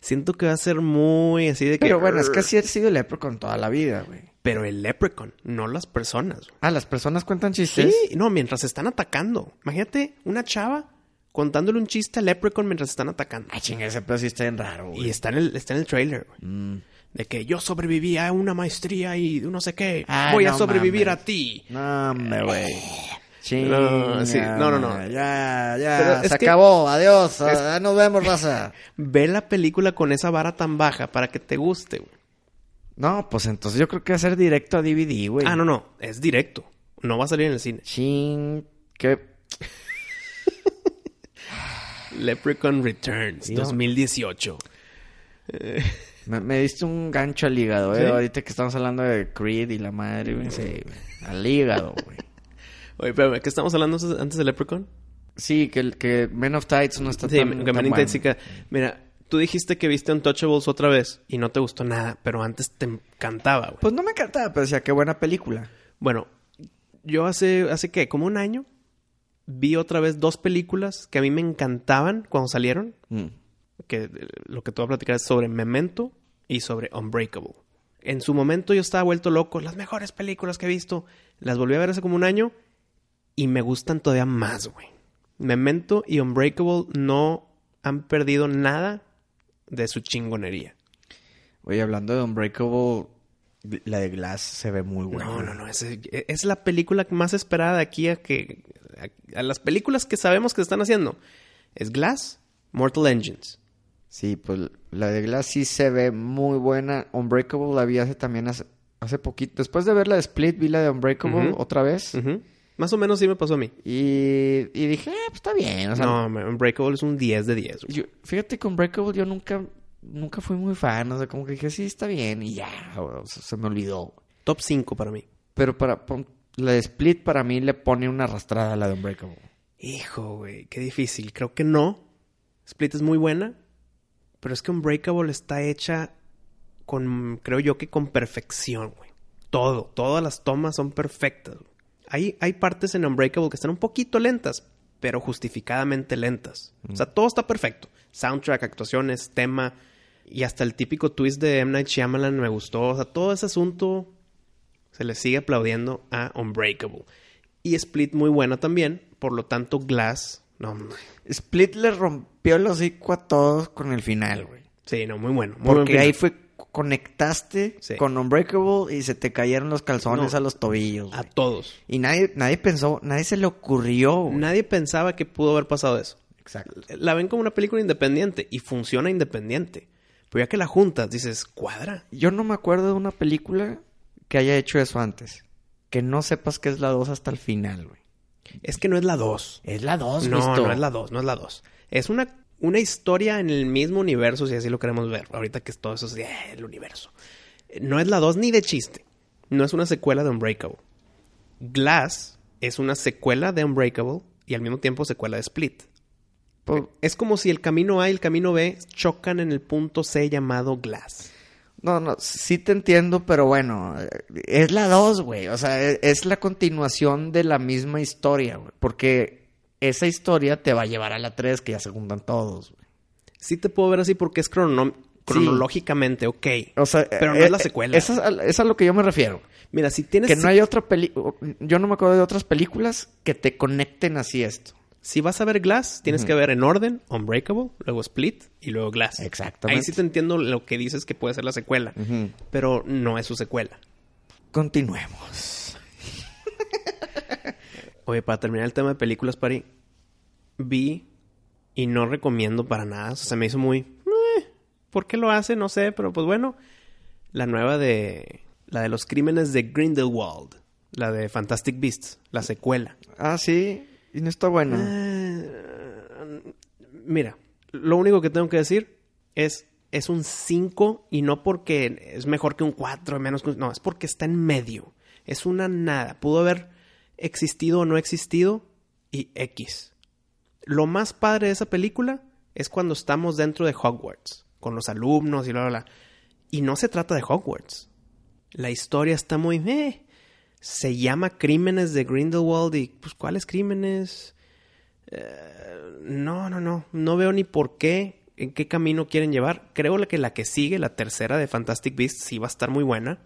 Speaker 3: Siento que va a ser muy así de que...
Speaker 1: Pero bueno, es que así ha sido el Leprechaun toda la vida, güey.
Speaker 3: Pero el Leprechaun, no las personas, güey.
Speaker 1: Ah, las personas cuentan
Speaker 3: Sí,
Speaker 1: chistes.
Speaker 3: no, mientras se están atacando. Imagínate una chava contándole un chiste al Leprechaun mientras se están atacando.
Speaker 1: Ah, chinga, ese pedo sí está bien raro, güey. Mm.
Speaker 3: Y está en el, está en el trailer, güey. De que yo sobreviví a una maestría y no sé qué.
Speaker 1: Ay,
Speaker 3: Voy a
Speaker 1: no
Speaker 3: sobrevivir
Speaker 1: mames.
Speaker 3: a ti.
Speaker 1: No, hombre, güey.
Speaker 3: Eh. No, sí, no, no, no.
Speaker 1: Ya,
Speaker 3: Pero
Speaker 1: ya,
Speaker 3: es
Speaker 1: se
Speaker 3: que-
Speaker 1: acabó, adiós, ah, nos vemos, raza.
Speaker 3: Ve la película con esa vara tan baja para que te guste, güey.
Speaker 1: No, pues entonces yo creo que va a ser directo a DVD, güey.
Speaker 3: Ah, no, no. Es directo. No va a salir en el cine.
Speaker 1: Ching, que...
Speaker 3: Leprechaun Returns
Speaker 1: Sí, no.
Speaker 3: 2018.
Speaker 1: Me, me diste un gancho al hígado, eh.
Speaker 3: ¿Sí?
Speaker 1: Ahorita que estamos hablando de Creed y la madre, güey. Sí, güey. Al hígado, güey.
Speaker 3: Oye, espérame, ¿qué estamos hablando antes de Leprechaun?
Speaker 1: Sí, que, el- que Men of Tides no está
Speaker 3: Sí,
Speaker 1: tan,
Speaker 3: que
Speaker 1: tan
Speaker 3: Manita
Speaker 1: bueno.
Speaker 3: Tsica- Mira, tú dijiste que viste Untouchables otra vez y no te gustó nada, pero antes te encantaba, güey.
Speaker 1: Pues no me encantaba, pero decía, qué buena película.
Speaker 3: Bueno, yo hace, hace qué, como un año, vi otra vez dos películas que a mí me encantaban cuando salieron, que eh, lo que te voy a platicar es sobre Memento y sobre Unbreakable. En su momento yo estaba vuelto loco, las mejores películas que he visto, las volví a ver hace como un año y me gustan todavía más, güey. Memento y Unbreakable no han perdido nada de su chingonería.
Speaker 1: Oye, hablando de Unbreakable, la de Glass se ve muy buena.
Speaker 3: No, no, no. Es, es la película más esperada de aquí a que. A, a las películas que sabemos que están haciendo. Es Glass, Mortal Engines.
Speaker 1: Sí, pues la de Glass sí se ve muy buena. Unbreakable la vi hace también hace, hace poquito. Después de ver la de Split, vi la de Unbreakable
Speaker 3: Ujú.
Speaker 1: otra vez.
Speaker 3: Ujú. Más o menos sí me pasó a mí.
Speaker 1: y, y dije, "Ah, pues está bien. O sea,
Speaker 3: no, man, Unbreakable es un 10 de 10. güey.
Speaker 1: yo- fíjate que Unbreakable yo nunca, nunca fui muy fan. O sea, como que dije, sí, está bien. Y ya, o sea, se me olvidó.
Speaker 3: Top 5 para mí.
Speaker 1: Pero para pon- la de Split para mí le pone una arrastrada a la de Unbreakable.
Speaker 3: Hijo, güey. Qué difícil. Creo que no. Split es muy buena. Pero es que Unbreakable está hecha con. Creo yo que con perfección, güey. Todo. Todas las tomas son perfectas. güey. hay, hay partes en Unbreakable que están un poquito lentas, pero justificadamente lentas. O sea, todo está perfecto. Soundtrack, actuaciones, tema y hasta el típico twist de M. Night Shyamalan me gustó. O sea, todo ese asunto se le sigue aplaudiendo a Unbreakable. Y Split muy buena también, por lo tanto Glass, no, hombre.
Speaker 1: Split le rompió el hocico a todos con el final, güey.
Speaker 3: sí, no, muy bueno. muy buen
Speaker 1: Porque
Speaker 3: final.
Speaker 1: ahí fue conectaste
Speaker 3: Sí.
Speaker 1: con Unbreakable y se te cayeron los calzones
Speaker 3: No.
Speaker 1: a los tobillos.
Speaker 3: a
Speaker 1: güey.
Speaker 3: todos.
Speaker 1: Y nadie, nadie pensó, nadie se le ocurrió. güey.
Speaker 3: Nadie pensaba que pudo haber pasado eso.
Speaker 1: Exacto.
Speaker 3: La ven como una película independiente y funciona independiente. Pero ya que la juntas, dices, cuadra.
Speaker 1: Yo no me acuerdo de una película que haya hecho eso antes. Que no sepas que es la 2 hasta el final, güey.
Speaker 3: Es que no es la 2.
Speaker 1: Es la 2,
Speaker 3: No, no es la 2, no es la 2. Es una, una historia en el mismo universo, si así lo queremos ver. Ahorita que es todo eso es eh, el universo. No es la 2 ni de chiste. No es una secuela de Unbreakable. Glass es una secuela de Unbreakable y al mismo tiempo secuela de Split.
Speaker 1: Pues,
Speaker 3: Es como si el camino A y el camino B chocan en el punto C llamado Glass.
Speaker 1: No, no, sí te entiendo, pero bueno, eh, es la 2, güey. O sea, e- es la continuación de la misma historia, güey. Porque esa historia te va a llevar a la 3, que ya se juntan todos, güey.
Speaker 3: Sí te puedo ver así porque es crono- cronológicamente, ok.
Speaker 1: O sea, eh,
Speaker 3: Pero no es la secuela.
Speaker 1: Esa es a, es a lo que yo me refiero.
Speaker 3: Mira, si tienes...
Speaker 1: Que no hay otra película. Yo no me acuerdo de otras películas que te conecten así esto.
Speaker 3: Si vas a ver Glass, tienes que ver en orden Unbreakable, luego Split y luego Glass.
Speaker 1: Exactamente.
Speaker 3: Ahí sí te entiendo lo que dices que puede ser la secuela, pero no es su secuela.
Speaker 1: Continuemos.
Speaker 3: Oye, para terminar el tema de películas, Pari, vi y no recomiendo para nada. O sea, se me hizo muy... "Eh, ¿Por qué lo hace? No sé, pero pues bueno. La nueva de... La de los crímenes de Grindelwald. La de Fantastic Beasts. La secuela.
Speaker 1: Ah, sí. Y no está
Speaker 3: Ah.
Speaker 1: buena.
Speaker 3: Eh, Mira, lo único que tengo que decir es es un 5 y no porque es mejor que un 4, menos que un- no, es porque está en medio. Es una nada, pudo haber existido o no existido y X. Lo más padre de esa película es cuando estamos dentro de Hogwarts con los alumnos y bla bla bla. Y no se trata de Hogwarts. La historia está muy eh, se llama Crímenes de Grindelwald y pues ¿cuáles crímenes? No, no, no. No veo ni por qué, en qué camino quieren llevar. Creo la que la que sigue, la tercera de Fantastic Beasts, sí va a estar muy buena.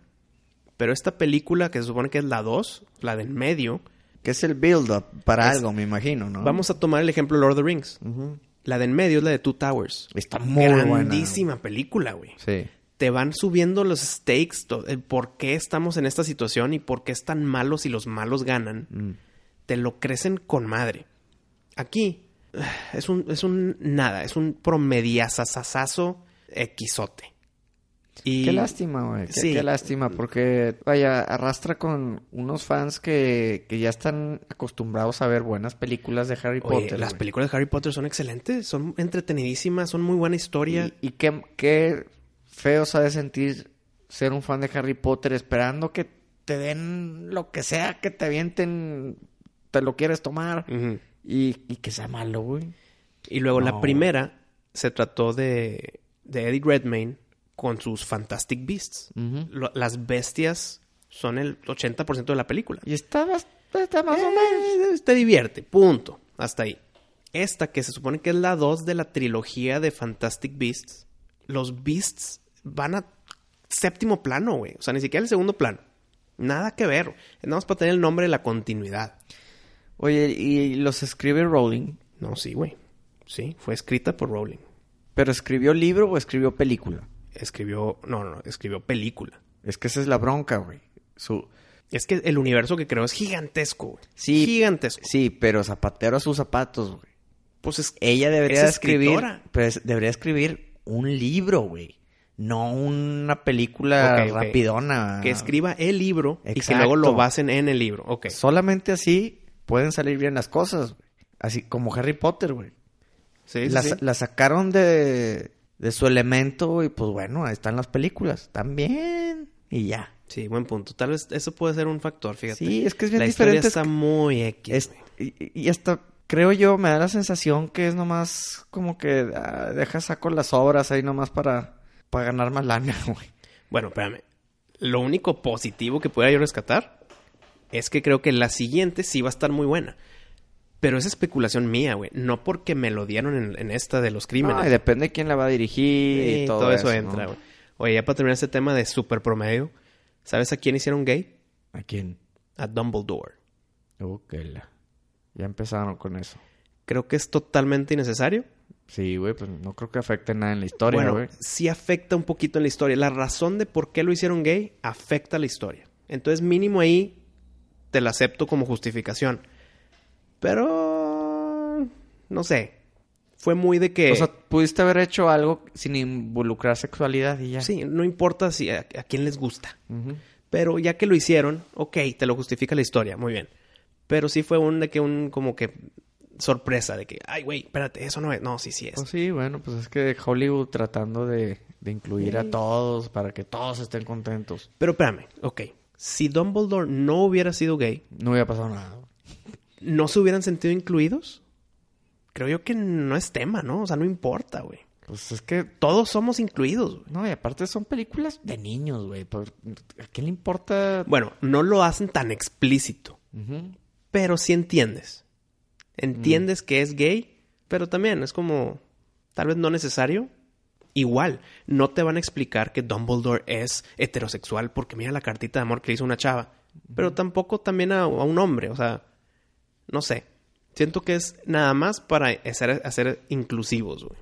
Speaker 3: Pero esta película, que se supone que es la 2, la del medio,
Speaker 1: Que es el build-up para
Speaker 3: Es-
Speaker 1: algo, me imagino, ¿no?
Speaker 3: vamos a tomar el ejemplo de Lord of the Rings.
Speaker 1: Ujú.
Speaker 3: La del medio es la de Two Towers.
Speaker 1: Está muy
Speaker 3: Grandísima película, güey.
Speaker 1: buena. Sí.
Speaker 3: Te van subiendo los stakes, to- el por qué estamos en esta situación y por qué es tan malos y los malos ganan.
Speaker 1: Mm.
Speaker 3: te lo crecen con madre. Aquí es un, es un nada, es un promediazazazazo equisote. Y
Speaker 1: Qué lástima, güey. Qué,
Speaker 3: Sí.
Speaker 1: qué lástima, porque, vaya, arrastra con unos fans que, que ya están acostumbrados a ver buenas películas de Harry
Speaker 3: oye,
Speaker 1: Potter.
Speaker 3: las
Speaker 1: güey.
Speaker 3: películas de Harry Potter son excelentes, son entretenidísimas, son muy buena historia.
Speaker 1: Y, y qué, qué feo se ha de sentir ser un fan de Harry Potter esperando que te den lo que sea que te avienten, te lo quieres tomar
Speaker 3: Ujú.
Speaker 1: y, y que sea malo, güey.
Speaker 3: Y luego
Speaker 1: No.
Speaker 3: la primera se trató de, de Eddie Redmayne con sus Fantastic Beasts.
Speaker 1: Ujú.
Speaker 3: Lo- las bestias son el 80% de la película.
Speaker 1: Y está, bas- está más o menos.
Speaker 3: Eh, te divierte, punto. Hasta ahí. Esta que se supone que es la 2 de la trilogía de Fantastic Beasts, los Beasts van a séptimo plano, güey. O sea, ni siquiera el segundo plano. Nada que ver. Es Nada más para tener el nombre de la continuidad.
Speaker 1: Oye, y los escribe Rowling,
Speaker 3: No, sí, güey. Sí, fue escrita por Rowling.
Speaker 1: pero ¿escribió libro o escribió película?
Speaker 3: Escribió, no, no, no, escribió película.
Speaker 1: Es que esa es la bronca, güey. Su...
Speaker 3: Es que el universo que creó es gigantesco, güey.
Speaker 1: Sí.
Speaker 3: Gigantesco.
Speaker 1: Sí, pero zapatero a sus zapatos, güey.
Speaker 3: Pues es
Speaker 1: Ella debería
Speaker 3: Es
Speaker 1: escribir,
Speaker 3: escritora.
Speaker 1: pues, debería escribir un libro, güey. No una película
Speaker 3: Ok, ok.
Speaker 1: rapidona.
Speaker 3: que escriba el libro y que
Speaker 1: Ah. Exacto.
Speaker 3: luego lo basen en el libro. Ok.
Speaker 1: Solamente así pueden salir bien las cosas. güey. Así como Harry Potter, güey.
Speaker 3: Sí, sí,
Speaker 1: la,
Speaker 3: sí.
Speaker 1: la sacaron de, de su elemento y pues bueno, ahí están las películas. También. Y ya.
Speaker 3: Sí, buen punto. Tal vez eso puede ser un factor, fíjate.
Speaker 1: Sí, es que es bien
Speaker 3: la
Speaker 1: diferente.
Speaker 3: historia está muy X.
Speaker 1: Es-
Speaker 3: güey.
Speaker 1: y, y hasta creo yo me da la sensación que es nomás como que ah, deja saco las obras ahí nomás para, para ganar más lana, güey.
Speaker 3: Bueno, espérame. Lo único positivo que pudiera yo rescatar es que creo que la siguiente sí va a estar muy buena. Pero es especulación mía, güey. No porque me lo dieron en, en esta de los crímenes.
Speaker 1: Ay, depende de quién la va a dirigir
Speaker 3: Sí,
Speaker 1: y
Speaker 3: todo, eso, entra,
Speaker 1: ¿no?
Speaker 3: güey. Oye, ya para terminar este tema de super promedio, ¿sabes a quién hicieron gay?
Speaker 1: ¿A quién?
Speaker 3: A Dumbledore.
Speaker 1: Uh, que la- Ya empezaron con eso.
Speaker 3: Creo que es totalmente innecesario.
Speaker 1: Sí, güey, pues no creo que afecte nada en la historia,
Speaker 3: bueno,
Speaker 1: güey.
Speaker 3: sí afecta un poquito en la historia. La razón de por qué lo hicieron gay afecta la historia. Entonces, mínimo ahí te la acepto como justificación. Pero no sé. Fue muy de que
Speaker 1: O sea, pudiste haber hecho algo sin involucrar sexualidad y ya.
Speaker 3: sí, no importa si a- a quién les gusta.
Speaker 1: Ujú.
Speaker 3: Pero ya que lo hicieron, ok, te lo justifica la historia, muy bien. Pero sí fue un de que un como que sorpresa de que, ay, güey, espérate, eso no es, no, sí, sí es.
Speaker 1: Pues sí, bueno, pues es que Hollywood tratando de, de incluir a todos para que todos estén contentos.
Speaker 3: Pero espérame, ok, si Dumbledore no hubiera sido gay,
Speaker 1: No hubiera pasado nada.
Speaker 3: ¿no se hubieran sentido incluidos? Creo yo que no es tema, ¿no? O sea, no importa, güey.
Speaker 1: Pues es que...
Speaker 3: Todos somos incluidos, güey.
Speaker 1: No, y aparte son películas de niños, güey. por- ¿A quién le importa?
Speaker 3: Bueno, no lo hacen tan explícito,
Speaker 1: Ujú.
Speaker 3: pero sí entiendes. Entiendes que es gay, pero también es como, tal vez no necesario. Igual, no te van a explicar que Dumbledore es heterosexual porque mira la cartita de amor que le hizo una chava. Pero tampoco también a, a un hombre, o sea, no sé. Siento que es nada más para hacer, hacer inclusivos, güey.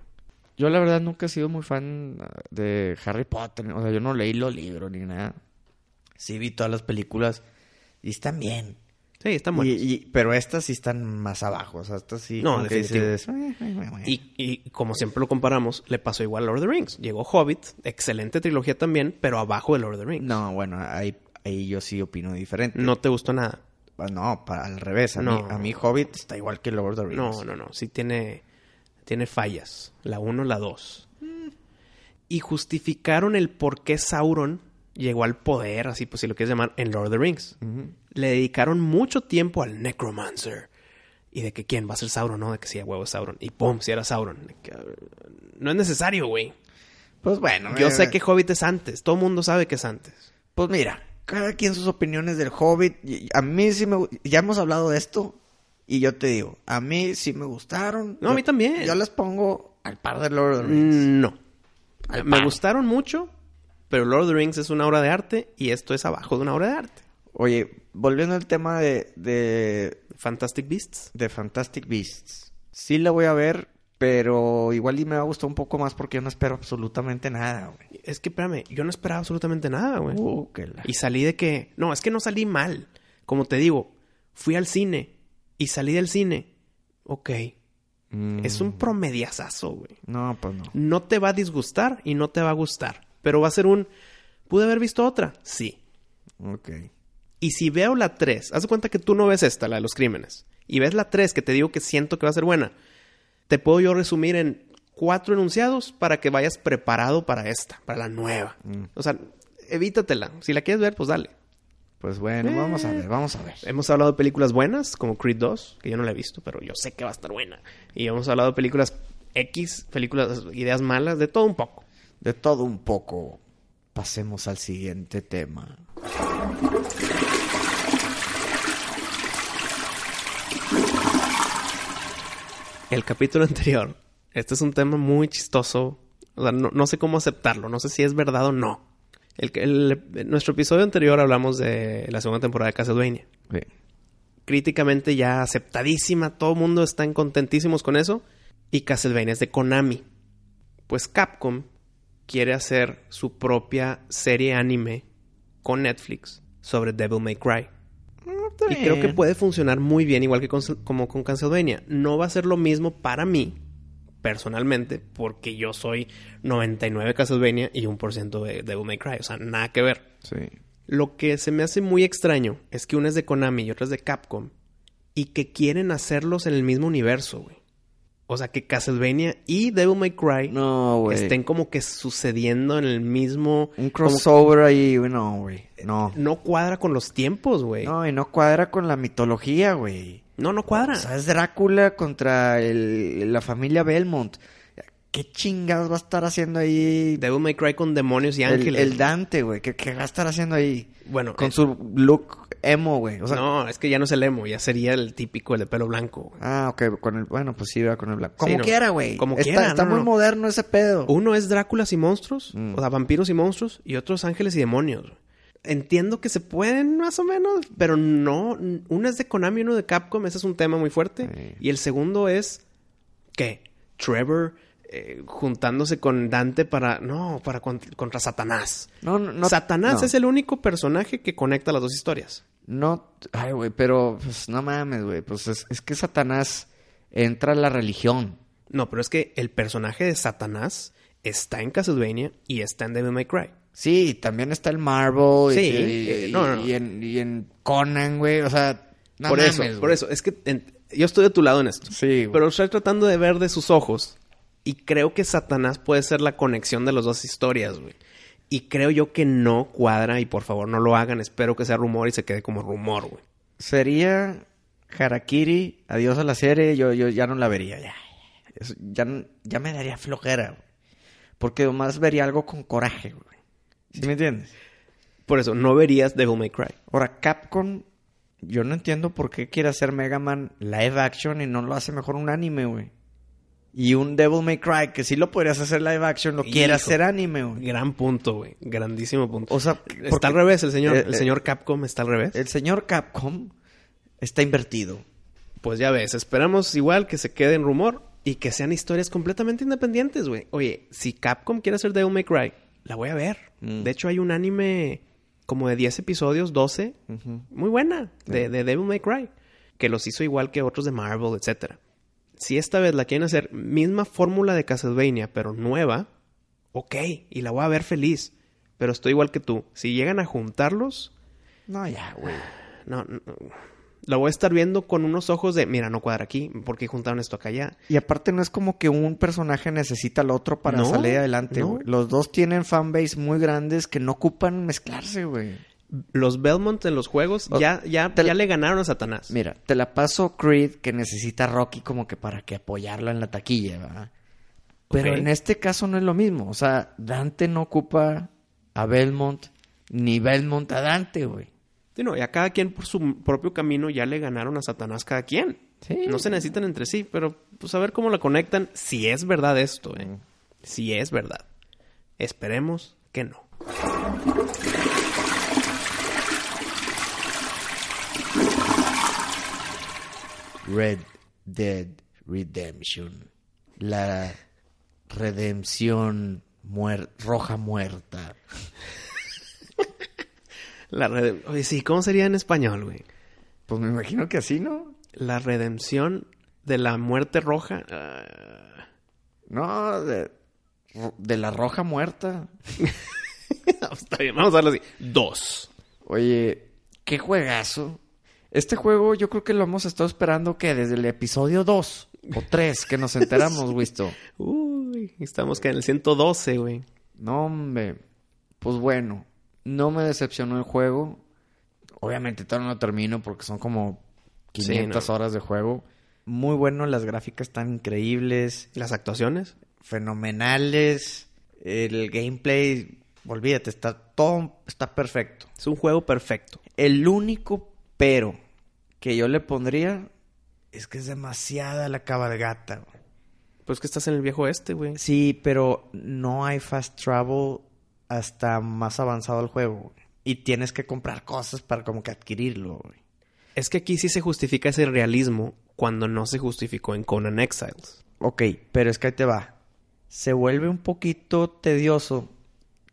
Speaker 1: Yo la verdad nunca he sido muy fan ah, de Harry Potter. O sea, yo no leí los libros ni nada. Sí vi todas las películas y están bien.
Speaker 3: Sí, está bueno.
Speaker 1: Y- y- pero estas sí están más abajo. O sea, estas sí...
Speaker 3: No,
Speaker 1: como que
Speaker 3: definitivo.
Speaker 1: dices, "Eh, eh, eh, eh".
Speaker 3: Y, y como siempre lo comparamos, le pasó igual a Lord of the Rings. Llegó Hobbit, excelente trilogía también, pero abajo de Lord of the Rings.
Speaker 1: No, bueno, ahí, ahí yo sí opino diferente.
Speaker 3: No te gustó nada.
Speaker 1: Ah, No, para, al revés. A,
Speaker 3: No.
Speaker 1: mí, a mí Hobbit está igual que Lord of the Rings.
Speaker 3: No, no, no. Sí tiene, tiene fallas. La 1, la 2. Y justificaron el por qué Sauron llegó al poder, así pues si lo quieres llamar, en Lord of the Rings.
Speaker 1: Ujú.
Speaker 3: Le dedicaron mucho tiempo al Necromancer. Y de que quién va a ser Sauron, ¿no? De que sí, a huevo es Sauron. Y pum, si era Sauron. De que, uh, no es necesario, güey.
Speaker 1: Pues bueno.
Speaker 3: Yo
Speaker 1: eh,
Speaker 3: sé que Hobbit es antes. Todo el mundo sabe que es antes.
Speaker 1: Pues mira, cada quien sus opiniones del Hobbit. Y- y A mí sí me... gu- Ya hemos hablado de esto. Y yo te digo, a mí sí me gustaron.
Speaker 3: No, a
Speaker 1: Yo-
Speaker 3: mí también. Mm.
Speaker 1: Yo las pongo al par de Lord of the Rings.
Speaker 3: No.
Speaker 1: Al
Speaker 3: Me
Speaker 1: par.
Speaker 3: gustaron mucho, pero Lord of the Rings es una obra de arte y esto es abajo de una obra de arte.
Speaker 1: Oye, volviendo al tema de, de,
Speaker 3: Fantastic Beasts.
Speaker 1: de Fantastic Beasts. Sí la voy a ver, pero igual y me va a gustar un poco más porque yo no espero absolutamente nada, güey.
Speaker 3: Es que, espérame, yo no esperaba absolutamente nada, güey.
Speaker 1: Uh, que la-
Speaker 3: Y salí de que... No, es que no salí mal. Como te digo, fui al cine y salí del cine. Ok.
Speaker 1: Mm.
Speaker 3: Es un promediazazo, güey.
Speaker 1: No, pues no.
Speaker 3: No te va a disgustar y no te va a gustar. Pero va a ser un... ¿Pude haber visto otra? Sí.
Speaker 1: Ok.
Speaker 3: Y si veo la 3, haz de cuenta que tú no ves esta, la de los crímenes, y ves la 3 que te digo que siento que va a ser buena, te puedo yo resumir en cuatro enunciados para que vayas preparado para esta, para la nueva.
Speaker 1: Mm.
Speaker 3: O sea, evítatela. Si la quieres ver, pues dale.
Speaker 1: Pues bueno, vamos
Speaker 3: Eh.
Speaker 1: a ver, vamos a ver.
Speaker 3: Hemos hablado de películas buenas, como Creed 2, que yo no la he visto, pero yo sé que va a estar buena. Y hemos hablado de películas X, películas, ideas malas, de todo un poco.
Speaker 1: De todo un poco, pasemos al siguiente tema.
Speaker 3: El capítulo anterior, este es un tema muy chistoso. O sea, no, no sé cómo aceptarlo. No sé si es verdad o no. El, el- en nuestro episodio anterior hablamos de la segunda temporada de Castlevania. Críticamente ya aceptadísima. Todo el mundo están contentísimos con eso. Y Castlevania es de Konami. Pues Capcom quiere hacer su propia serie anime con Netflix sobre Devil May Cry. Y creo que puede funcionar muy bien, igual que con- como con Castlevania. No va a ser lo mismo para mí, personalmente, porque yo soy 99 Castlevania y 1% de Devil May Cry. O sea, nada que ver.
Speaker 1: Sí.
Speaker 3: Lo que se me hace muy extraño es que una es de Konami y otra es de Capcom. Y que quieren hacerlos en el mismo universo, güey. O sea, que Castlevania y Devil May Cry
Speaker 1: No, güey.
Speaker 3: estén como que sucediendo en el mismo...
Speaker 1: Un
Speaker 3: Este, como- Eh,
Speaker 1: crossover ahí, güey, no, güey. No.
Speaker 3: no cuadra con los tiempos, güey. No,
Speaker 1: No, y no cuadra con la mitología, güey.
Speaker 3: no,
Speaker 1: O
Speaker 3: cuadra.
Speaker 1: sea, es Drácula contra el- la familia Belmont. ¿Qué chingados va a estar haciendo ahí
Speaker 3: Devil May Cry con demonios y
Speaker 1: el,
Speaker 3: ángeles.
Speaker 1: el Dante, güey? ¿Qué, qué va a estar haciendo ahí?
Speaker 3: Bueno,
Speaker 1: Con
Speaker 3: eh,
Speaker 1: su look emo, güey. O sea,
Speaker 3: no, es que ya no es el emo, ya sería el típico, el de pelo blanco. güey.
Speaker 1: Ah, ok, con el, bueno, pues sí, va con el blanco.
Speaker 3: Sí,
Speaker 1: Como
Speaker 3: no.
Speaker 1: quiera, güey.
Speaker 3: Como
Speaker 1: Está-
Speaker 3: quiera,
Speaker 1: Está
Speaker 3: no,
Speaker 1: muy
Speaker 3: no.
Speaker 1: moderno ese pedo.
Speaker 3: Uno es Dráculas y monstruos,
Speaker 1: Mm.
Speaker 3: o sea, vampiros y monstruos, y otros ángeles y demonios. güey. Entiendo que se pueden más o menos, pero no. n- Uno es de Konami, uno de Capcom, ese es un tema muy fuerte.
Speaker 1: Sí.
Speaker 3: Y el segundo es. ¿Qué? Trevor eh, juntándose con Dante para. No, para con- contra Satanás.
Speaker 1: No, no, no-
Speaker 3: Satanás
Speaker 1: no.
Speaker 3: es el único personaje que conecta las dos historias.
Speaker 1: No, ay, güey, pero pues no mames, güey. Pues es, es que Satanás entra a la religión.
Speaker 3: No, pero es que el personaje de Satanás está en Castlevania y está en Devil May Cry.
Speaker 1: Sí, y también está el Marvel. y-
Speaker 3: Sí,
Speaker 1: y,
Speaker 3: eh, no, no, no.
Speaker 1: y en, y en Conan, güey. O sea, no
Speaker 3: por
Speaker 1: mames,
Speaker 3: eso,
Speaker 1: güey.
Speaker 3: por eso. Es que en- yo estoy de tu lado en esto.
Speaker 1: Sí, güey.
Speaker 3: Pero estoy tratando de ver de sus ojos. Y creo que Satanás puede ser la conexión de las dos historias, güey. Y creo yo que no cuadra. Y por favor, no lo hagan. Espero que sea rumor y se quede como rumor, güey.
Speaker 1: Sería Harakiri, adiós a la serie, yo, yo ya no la vería, ya. Eso- ya, n- ya me daría flojera, güey. Porque más vería algo con coraje, güey. ¿Sí me entiendes?
Speaker 3: Por eso, no verías Devil May Cry.
Speaker 1: Ahora, Capcom, yo no entiendo por qué quiere hacer Mega Man live action y no lo hace mejor un anime, güey. Y un Devil May Cry, que sí lo podrías hacer live action, lo quiere
Speaker 3: Hijo.
Speaker 1: hacer anime, güey.
Speaker 3: Gran punto, güey. Grandísimo punto.
Speaker 1: O sea,
Speaker 3: está
Speaker 1: porque
Speaker 3: al revés el señor.
Speaker 1: Eh,
Speaker 3: el
Speaker 1: eh,
Speaker 3: señor Capcom está al revés.
Speaker 1: el señor Capcom está invertido.
Speaker 3: Pues ya ves, esperamos igual que se quede en rumor y que sean historias completamente independientes, güey. Oye, si Capcom quiere hacer Devil May Cry, la voy a ver.
Speaker 1: Mm.
Speaker 3: De hecho, hay un anime como de 10 episodios, 12, muy buena, de, de Devil May Cry, que los hizo igual que otros de Marvel, etc. Si esta vez la quieren hacer misma fórmula de Castlevania, pero nueva, ok, y la voy a ver feliz. Pero estoy igual que tú. Si llegan a juntarlos,
Speaker 1: No, ya, güey.
Speaker 3: no, no. Lo voy a estar viendo con unos ojos de, mira, no cuadra aquí, porque juntaron esto acá allá.
Speaker 1: Y aparte no es como que un personaje necesita al otro para
Speaker 3: No,
Speaker 1: salir adelante,
Speaker 3: no.
Speaker 1: güey. Los dos tienen fanbase muy grandes que no ocupan mezclarse, güey.
Speaker 3: Los Belmont en los juegos
Speaker 1: O-
Speaker 3: ya, ya,
Speaker 1: te-
Speaker 3: ya le ganaron a Satanás.
Speaker 1: Mira, te la paso Creed que necesita a Rocky como que para que apoyarla en la taquilla, ¿verdad? Pero
Speaker 3: Ok.
Speaker 1: en este caso no es lo mismo. O sea, Dante no ocupa a Belmont ni Belmont a Dante, güey.
Speaker 3: Sí, no, y a cada quien por su propio camino ya le ganaron a Satanás cada quien.
Speaker 1: Sí.
Speaker 3: No se necesitan entre sí, pero pues a ver cómo la conectan. Si es verdad esto,
Speaker 1: Mm.
Speaker 3: ¿eh? Si es verdad. Esperemos que no.
Speaker 1: Red Dead Redemption. La redención muer- roja muerta.
Speaker 3: La redem- Oye, sí, ¿cómo sería en español, güey?
Speaker 1: Pues me imagino que así, ¿no?
Speaker 3: La redención de la muerte roja. ah.
Speaker 1: No, de, de la roja muerta.
Speaker 3: Está bien, vamos a darle así. Dos.
Speaker 1: Oye, qué juegazo. Este juego yo creo que lo hemos estado esperando que desde el episodio 2 o 3 que nos enteramos, Wisto.
Speaker 3: Uy, estamos que en el 112, güey.
Speaker 1: No, hombre. Pues bueno, no me decepcionó el juego. Obviamente todavía no lo termino porque son como
Speaker 3: Sí,
Speaker 1: 500
Speaker 3: no.
Speaker 1: horas de juego. Muy bueno, las gráficas están increíbles,
Speaker 3: ¿Las actuaciones?
Speaker 1: fenomenales. El gameplay, olvídate, está todo está perfecto.
Speaker 3: Es un juego perfecto.
Speaker 1: El único pero que yo le pondría es que es demasiada la cabalgata. güey.
Speaker 3: Pues que estás en el viejo este, güey.
Speaker 1: Sí, pero no hay fast travel hasta más avanzado el juego. güey. Y tienes que comprar cosas para como que adquirirlo. güey.
Speaker 3: Es que aquí sí se justifica ese realismo cuando no se justificó en Conan Exiles.
Speaker 1: Ok, pero es que ahí te va. Se vuelve un poquito tedioso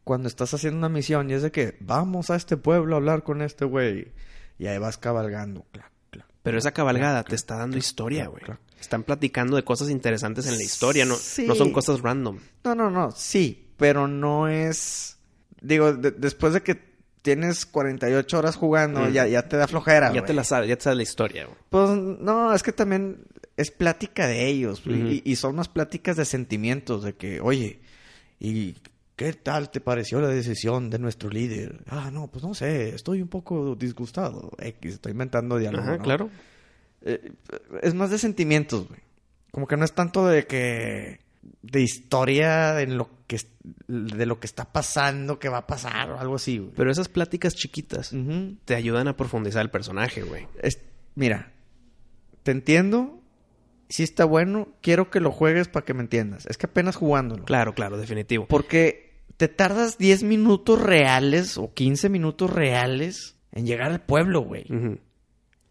Speaker 1: cuando estás haciendo una misión y es de que vamos a este pueblo a hablar con este güey. Y ahí vas cabalgando. clac, clac.
Speaker 3: Pero esa cabalgada te está dando historia, güey.
Speaker 1: claro.
Speaker 3: Están platicando de cosas interesantes en la historia, no,
Speaker 1: Sí.
Speaker 3: no son cosas random.
Speaker 1: No, no, no, sí, pero no es... Digo, de- después de que tienes 48 horas jugando,
Speaker 3: Mm.
Speaker 1: ya, ya te da flojera.
Speaker 3: ya
Speaker 1: Ah, güey.
Speaker 3: te la sabes, ya te sabes la historia, güey.
Speaker 1: Pues no, es que también es plática de ellos
Speaker 3: Ujú.
Speaker 1: y, y son unas pláticas de sentimientos, de que, oye, ¿y qué tal te pareció la decisión de nuestro líder? Ah, no, pues no sé, estoy un poco disgustado. X, estoy inventando diálogo.
Speaker 3: Ajá,
Speaker 1: ¿no?
Speaker 3: claro.
Speaker 1: Eh, es más de sentimientos, güey. Como que no es tanto de que de historia en lo que es- de lo que está pasando, que va a pasar o algo así, güey.
Speaker 3: Pero esas pláticas chiquitas
Speaker 1: Ujú.
Speaker 3: te ayudan a profundizar el personaje, güey.
Speaker 1: Es- mira, te entiendo. Sí está bueno. Quiero que lo juegues para que me entiendas. Es que apenas jugándolo.
Speaker 3: Claro, claro, definitivo.
Speaker 1: Porque te tardas 10 minutos reales o 15 minutos reales en llegar al pueblo, güey.
Speaker 3: Ujú.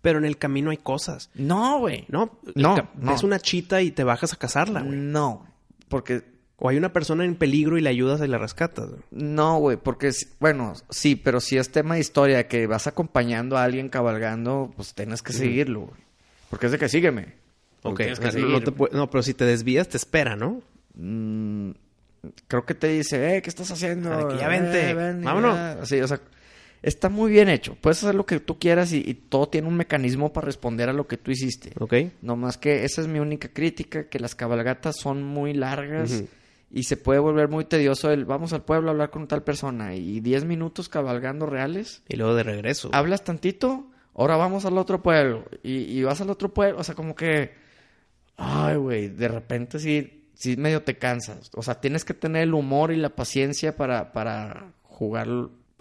Speaker 3: Pero en el camino hay cosas.
Speaker 1: No, güey.
Speaker 3: No,
Speaker 1: No,
Speaker 3: ca-
Speaker 1: no.
Speaker 3: es una chita y te bajas a cazarla, güey.
Speaker 1: No. Porque
Speaker 3: O hay una persona en peligro y la ayudas y la rescatas. güey.
Speaker 1: No, güey, porque, es- bueno, sí, pero si es tema de historia, que vas acompañando a alguien cabalgando, pues tienes que seguirlo, güey. Porque es de que sígueme. Pues
Speaker 3: Ok,
Speaker 1: tienes que
Speaker 3: no-
Speaker 1: seguir.
Speaker 3: no, te pu- no, pero si te desvías, te espera, ¿no?
Speaker 1: Mm, creo que te dice, eh, ¿qué estás haciendo?
Speaker 3: Ah, de que ya vente,
Speaker 1: Eh, ven,
Speaker 3: vámonos.
Speaker 1: ya. Sí, o sea, está muy bien hecho. Puedes hacer lo que tú quieras y, y todo tiene un mecanismo para responder a lo que tú hiciste.
Speaker 3: Ok.
Speaker 1: No más que esa es mi única crítica, que las cabalgatas son muy largas
Speaker 3: Ujú.
Speaker 1: y se puede volver muy tedioso el vamos al pueblo a hablar con tal persona y 10 minutos cabalgando reales,
Speaker 3: Y luego de regreso. güey.
Speaker 1: hablas tantito, ahora vamos al otro pueblo y, y vas al otro pueblo, o sea, como que, ay, güey, de repente sí, sí medio te cansas, o sea, tienes que tener el humor y la paciencia para, para jugar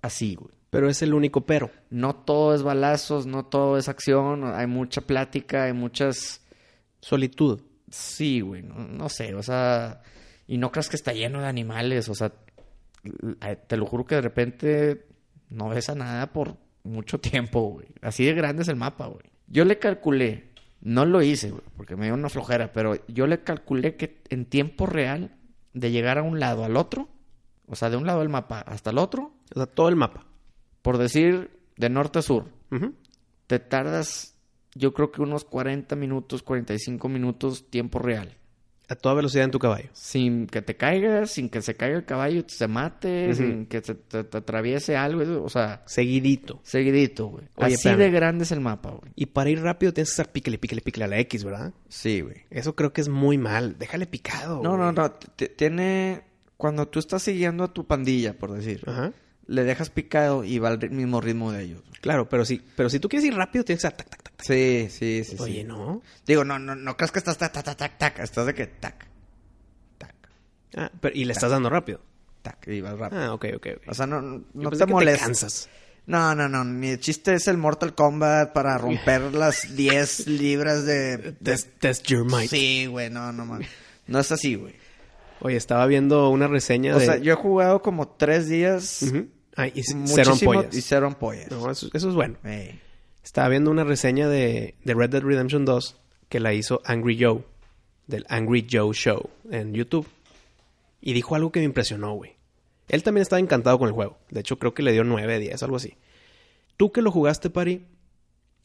Speaker 1: así, güey.
Speaker 3: Pero es el único pero.
Speaker 1: No todo es balazos, no todo es acción, hay mucha plática, hay muchas...
Speaker 3: Solitud.
Speaker 1: Sí, güey, no, no sé, o sea, y no creas que está lleno de animales, o sea, eh, te lo juro que de repente no ves a nada por mucho tiempo, güey. Así de grande es el mapa, güey. Yo le calculé, no lo hice, güey, porque me dio una flojera, pero yo le calculé que en tiempo real, de llegar a un lado al otro, o sea, de un lado del mapa hasta el otro,
Speaker 3: O sea, todo el mapa.
Speaker 1: por decir de norte a sur,
Speaker 3: Ujú.
Speaker 1: te tardas, yo creo que unos 40 minutos, 45 minutos, tiempo real.
Speaker 3: A toda velocidad en tu caballo.
Speaker 1: sin que te caigas, sin que se caiga el caballo, y se mate,
Speaker 3: Ujú.
Speaker 1: sin que se te, te atraviese algo, eso, o sea,
Speaker 3: Seguidito.
Speaker 1: seguidito, güey.
Speaker 3: Oye,
Speaker 1: Así
Speaker 3: espérame.
Speaker 1: de grande es el mapa, güey.
Speaker 3: Y para ir rápido tienes que estar píquele, píquele, píquele a la X, ¿verdad?
Speaker 1: Sí, güey.
Speaker 3: Eso creo que es muy mal. Déjale picado.
Speaker 1: No, no,
Speaker 3: güey.
Speaker 1: no, t- t- tiene cuando tú estás siguiendo a tu pandilla, por decir,
Speaker 3: Ajá.
Speaker 1: le dejas picado y va al ri- mismo ritmo de ellos.
Speaker 3: Claro, pero si, pero si tú quieres ir rápido, tienes que estar tac, tac, tac, tac.
Speaker 1: Sí, sí, sí,
Speaker 3: Oye, Pues no.
Speaker 1: Digo, no, no, no creas que estás tac, tac, tac, tac, tac, estás de que tac, tac,
Speaker 3: Ah, pero, y le estás dando rápido.
Speaker 1: tac, y vas rápido.
Speaker 3: Ah, ok, ok, ok.
Speaker 1: O sea, no, no
Speaker 3: Yo
Speaker 1: no
Speaker 3: pensé
Speaker 1: te
Speaker 3: que
Speaker 1: molestas.
Speaker 3: cansas.
Speaker 1: No, no, no. Mi chiste es el Mortal Kombat para romper las 10 libras de...
Speaker 3: Test, test your might.
Speaker 1: Sí, güey. No, no mames. No es así, güey.
Speaker 3: Oye, estaba viendo una reseña
Speaker 1: O
Speaker 3: de...
Speaker 1: sea, yo he jugado como tres días...
Speaker 3: Ujú. Ay, y c- cero
Speaker 1: muchísimo
Speaker 3: ampollas.
Speaker 1: Y cero ampollas.
Speaker 3: No, eso, eso es bueno.
Speaker 1: Ey.
Speaker 3: Estaba viendo una reseña de, de Red Dead Redemption 2 que la hizo Angry Joe, del Angry Joe Show en YouTube. Y dijo algo que me impresionó, güey. Él también estaba encantado con el juego. De hecho, creo que le dio 9, 10, algo así. Tú que lo jugaste, Pari,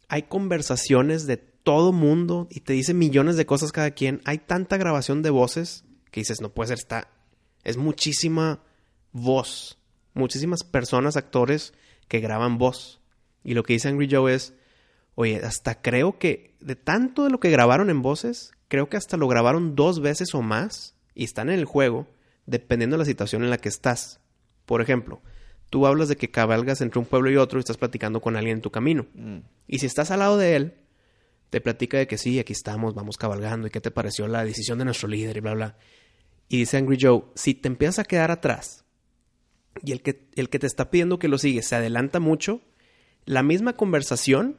Speaker 3: hay conversaciones de todo mundo y te dice millones de cosas cada quien. Hay tanta grabación de voces que dices, no puede ser, está. Es muchísima voz. Muchísimas personas, actores que graban voz. Y lo que dice Angry Joe es, oye, hasta creo que de tanto de lo que grabaron en voces, creo que hasta lo grabaron dos veces o más y están en el juego dependiendo de la situación en la que estás. Por ejemplo, tú hablas de que cabalgas entre un pueblo y otro y estás platicando con alguien en tu camino.
Speaker 1: Mm.
Speaker 3: Y si estás al lado de él, te platica de que sí, aquí estamos, vamos cabalgando, y qué te pareció la decisión de nuestro líder, y bla, bla. Y dice Angry Joe, si te empiezas a quedar atrás y el que, el que te está pidiendo que lo sigues se adelanta mucho, la misma conversación,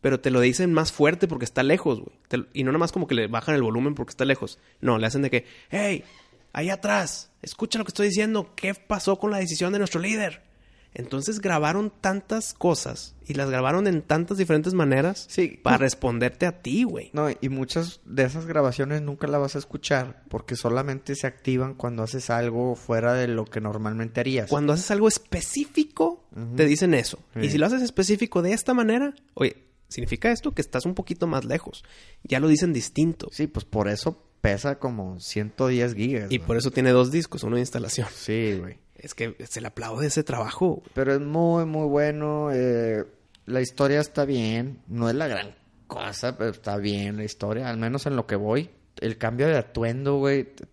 Speaker 3: pero te lo dicen más fuerte porque está lejos, güey. Te lo- Y no nomás como que le bajan el volumen porque está lejos. No, le hacen de que, hey, ahí atrás, escucha lo que estoy diciendo, ¿qué pasó con la decisión de nuestro líder? Entonces grabaron tantas cosas y las grabaron en tantas diferentes maneras
Speaker 1: Sí.
Speaker 3: para responderte a ti, güey.
Speaker 1: No, y muchas de esas grabaciones nunca las vas a escuchar porque solamente se activan cuando haces algo fuera de lo que normalmente harías.
Speaker 3: Cuando haces algo específico,
Speaker 1: Ujú.
Speaker 3: te dicen eso. Y
Speaker 1: Sí.
Speaker 3: si lo haces específico de esta manera, oye, significa esto que estás un poquito más lejos. Ya lo dicen distinto.
Speaker 1: Sí, pues por eso pesa como 110 gigas.
Speaker 3: Y
Speaker 1: güey.
Speaker 3: por eso tiene dos discos, uno de instalación.
Speaker 1: Sí, güey.
Speaker 3: Es que se le aplaude ese trabajo.
Speaker 1: Pero es muy, muy bueno. eh, la historia está bien. No es la gran cosa, pero está bien la historia. Al menos en lo que voy. El cambio de atuendo, güey. t-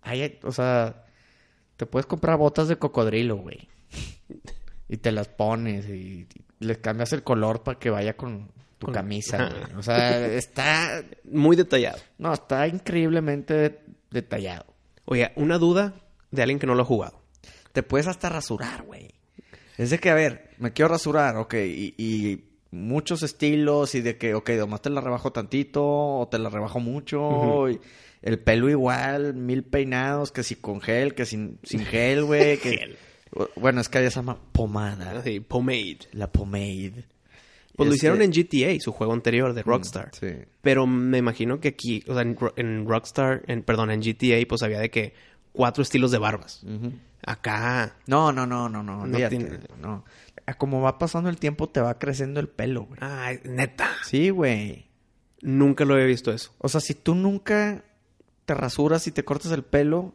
Speaker 1: hay- o sea, te puedes comprar botas de cocodrilo, güey. Y te las pones y, y les cambias el color para que vaya con tu
Speaker 3: Con-
Speaker 1: camisa,
Speaker 3: Ajá.
Speaker 1: güey. O sea, está...
Speaker 3: Muy detallado.
Speaker 1: No, está increíblemente detallado.
Speaker 3: Oye, una duda de alguien que no lo ha jugado.
Speaker 1: Te puedes hasta rasurar, güey. Es de que, a ver, me quiero rasurar, ok, y, y muchos estilos y de que, ok, nomás te la rebajo tantito o te la rebajo mucho.
Speaker 3: Ujú.
Speaker 1: y el pelo igual, mil peinados, que si con gel, que sin, sin gel, güey. que-
Speaker 3: Gel.
Speaker 1: o- Bueno, es que allá se llama pomada.
Speaker 3: Así, pomade.
Speaker 1: La pomade.
Speaker 3: Pues lo
Speaker 1: Ah. Este, Mm,
Speaker 3: hicieron en GTA, su juego anterior de Rockstar.
Speaker 1: sí.
Speaker 3: Pero me imagino que aquí, o sea, en, Ro- en Rockstar, en, perdón, en GTA, pues había de que cuatro estilos de barbas.
Speaker 1: Ujú.
Speaker 3: Acá.
Speaker 1: No, no, no, no, no.
Speaker 3: No
Speaker 1: olvídate,
Speaker 3: tiene-
Speaker 1: no. Como va pasando el tiempo, te va creciendo el pelo, güey.
Speaker 3: Ay, neta.
Speaker 1: Sí, güey.
Speaker 3: Nunca lo había visto eso.
Speaker 1: O sea, si tú nunca te rasuras y te cortas el pelo,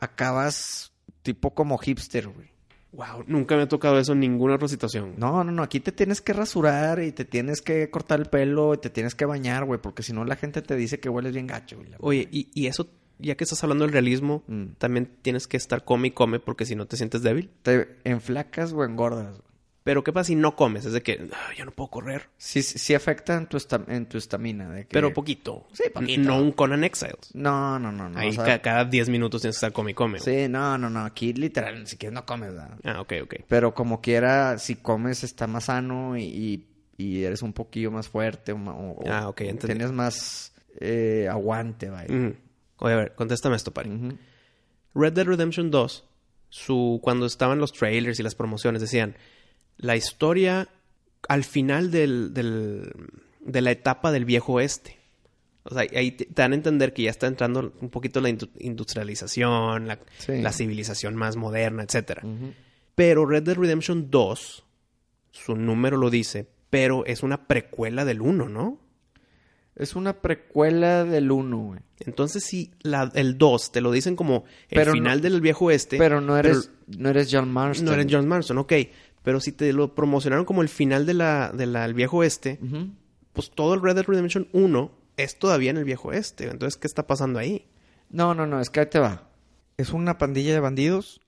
Speaker 1: acabas tipo como hipster, güey.
Speaker 3: Wow, nunca me ha tocado eso en ninguna otra situación.
Speaker 1: No, no, no, aquí te tienes que rasurar y te tienes que cortar el pelo y te tienes que bañar, güey, porque si no la gente te dice que hueles bien gacho, güey. la
Speaker 3: Oye, y, y eso, ya que estás hablando del realismo,
Speaker 1: Mm.
Speaker 3: también tienes que estar come y come porque si no te sientes débil.
Speaker 1: Te enflacas o engordas. güey.
Speaker 3: Pero ¿qué pasa si no comes? Es de que "Ah, yo no puedo correr.
Speaker 1: Sí, sí, sí afecta en tu, esta- en tu estamina. de que-
Speaker 3: Pero poquito.
Speaker 1: Sí, poquito.
Speaker 3: No un Conan Exiles.
Speaker 1: No, no, no, no.
Speaker 3: Ahí
Speaker 1: o sea,
Speaker 3: ca- cada 10 minutos tienes que estar come y come.
Speaker 1: sí, no, no, no. Aquí literal, si quieres no comes, ¿verdad?
Speaker 3: Ah, ok, ok.
Speaker 1: Pero como quiera, si comes está más sano y, y- y eres un poquillo más fuerte o, ma- o- o
Speaker 3: Ah, ok, entendí.
Speaker 1: tienes más eh, aguante, vaya.
Speaker 3: Mm. Oye, a ver, contéstame esto, Pari.
Speaker 1: Ujú.
Speaker 3: Red Dead Redemption 2, su, cuando estaban los trailers y las promociones, decían, la historia al final del, del- de la etapa del viejo oeste. O sea, ahí te, te dan a entender que ya está entrando un poquito la indu- industrialización, la,
Speaker 1: Sí.
Speaker 3: la civilización más moderna, etcétera.
Speaker 1: Ujú.
Speaker 3: Pero Red Dead Redemption 2, su número lo dice, pero es una precuela del 1, ¿no?
Speaker 1: Es una precuela del 1, güey.
Speaker 3: Entonces, si la, el 2 te lo dicen como el
Speaker 1: Pero no-
Speaker 3: final del viejo oeste...
Speaker 1: Pero no eres, no eres John Marston.
Speaker 3: No eres John Marston, ok. Pero si te lo promocionaron como el final de la, de la- el viejo oeste,
Speaker 1: Ujú.
Speaker 3: pues todo el Red Dead Redemption 1 es todavía en el viejo oeste. Entonces, ¿qué está pasando ahí?
Speaker 1: No, no, no, es que ahí te va. Es una pandilla de bandidos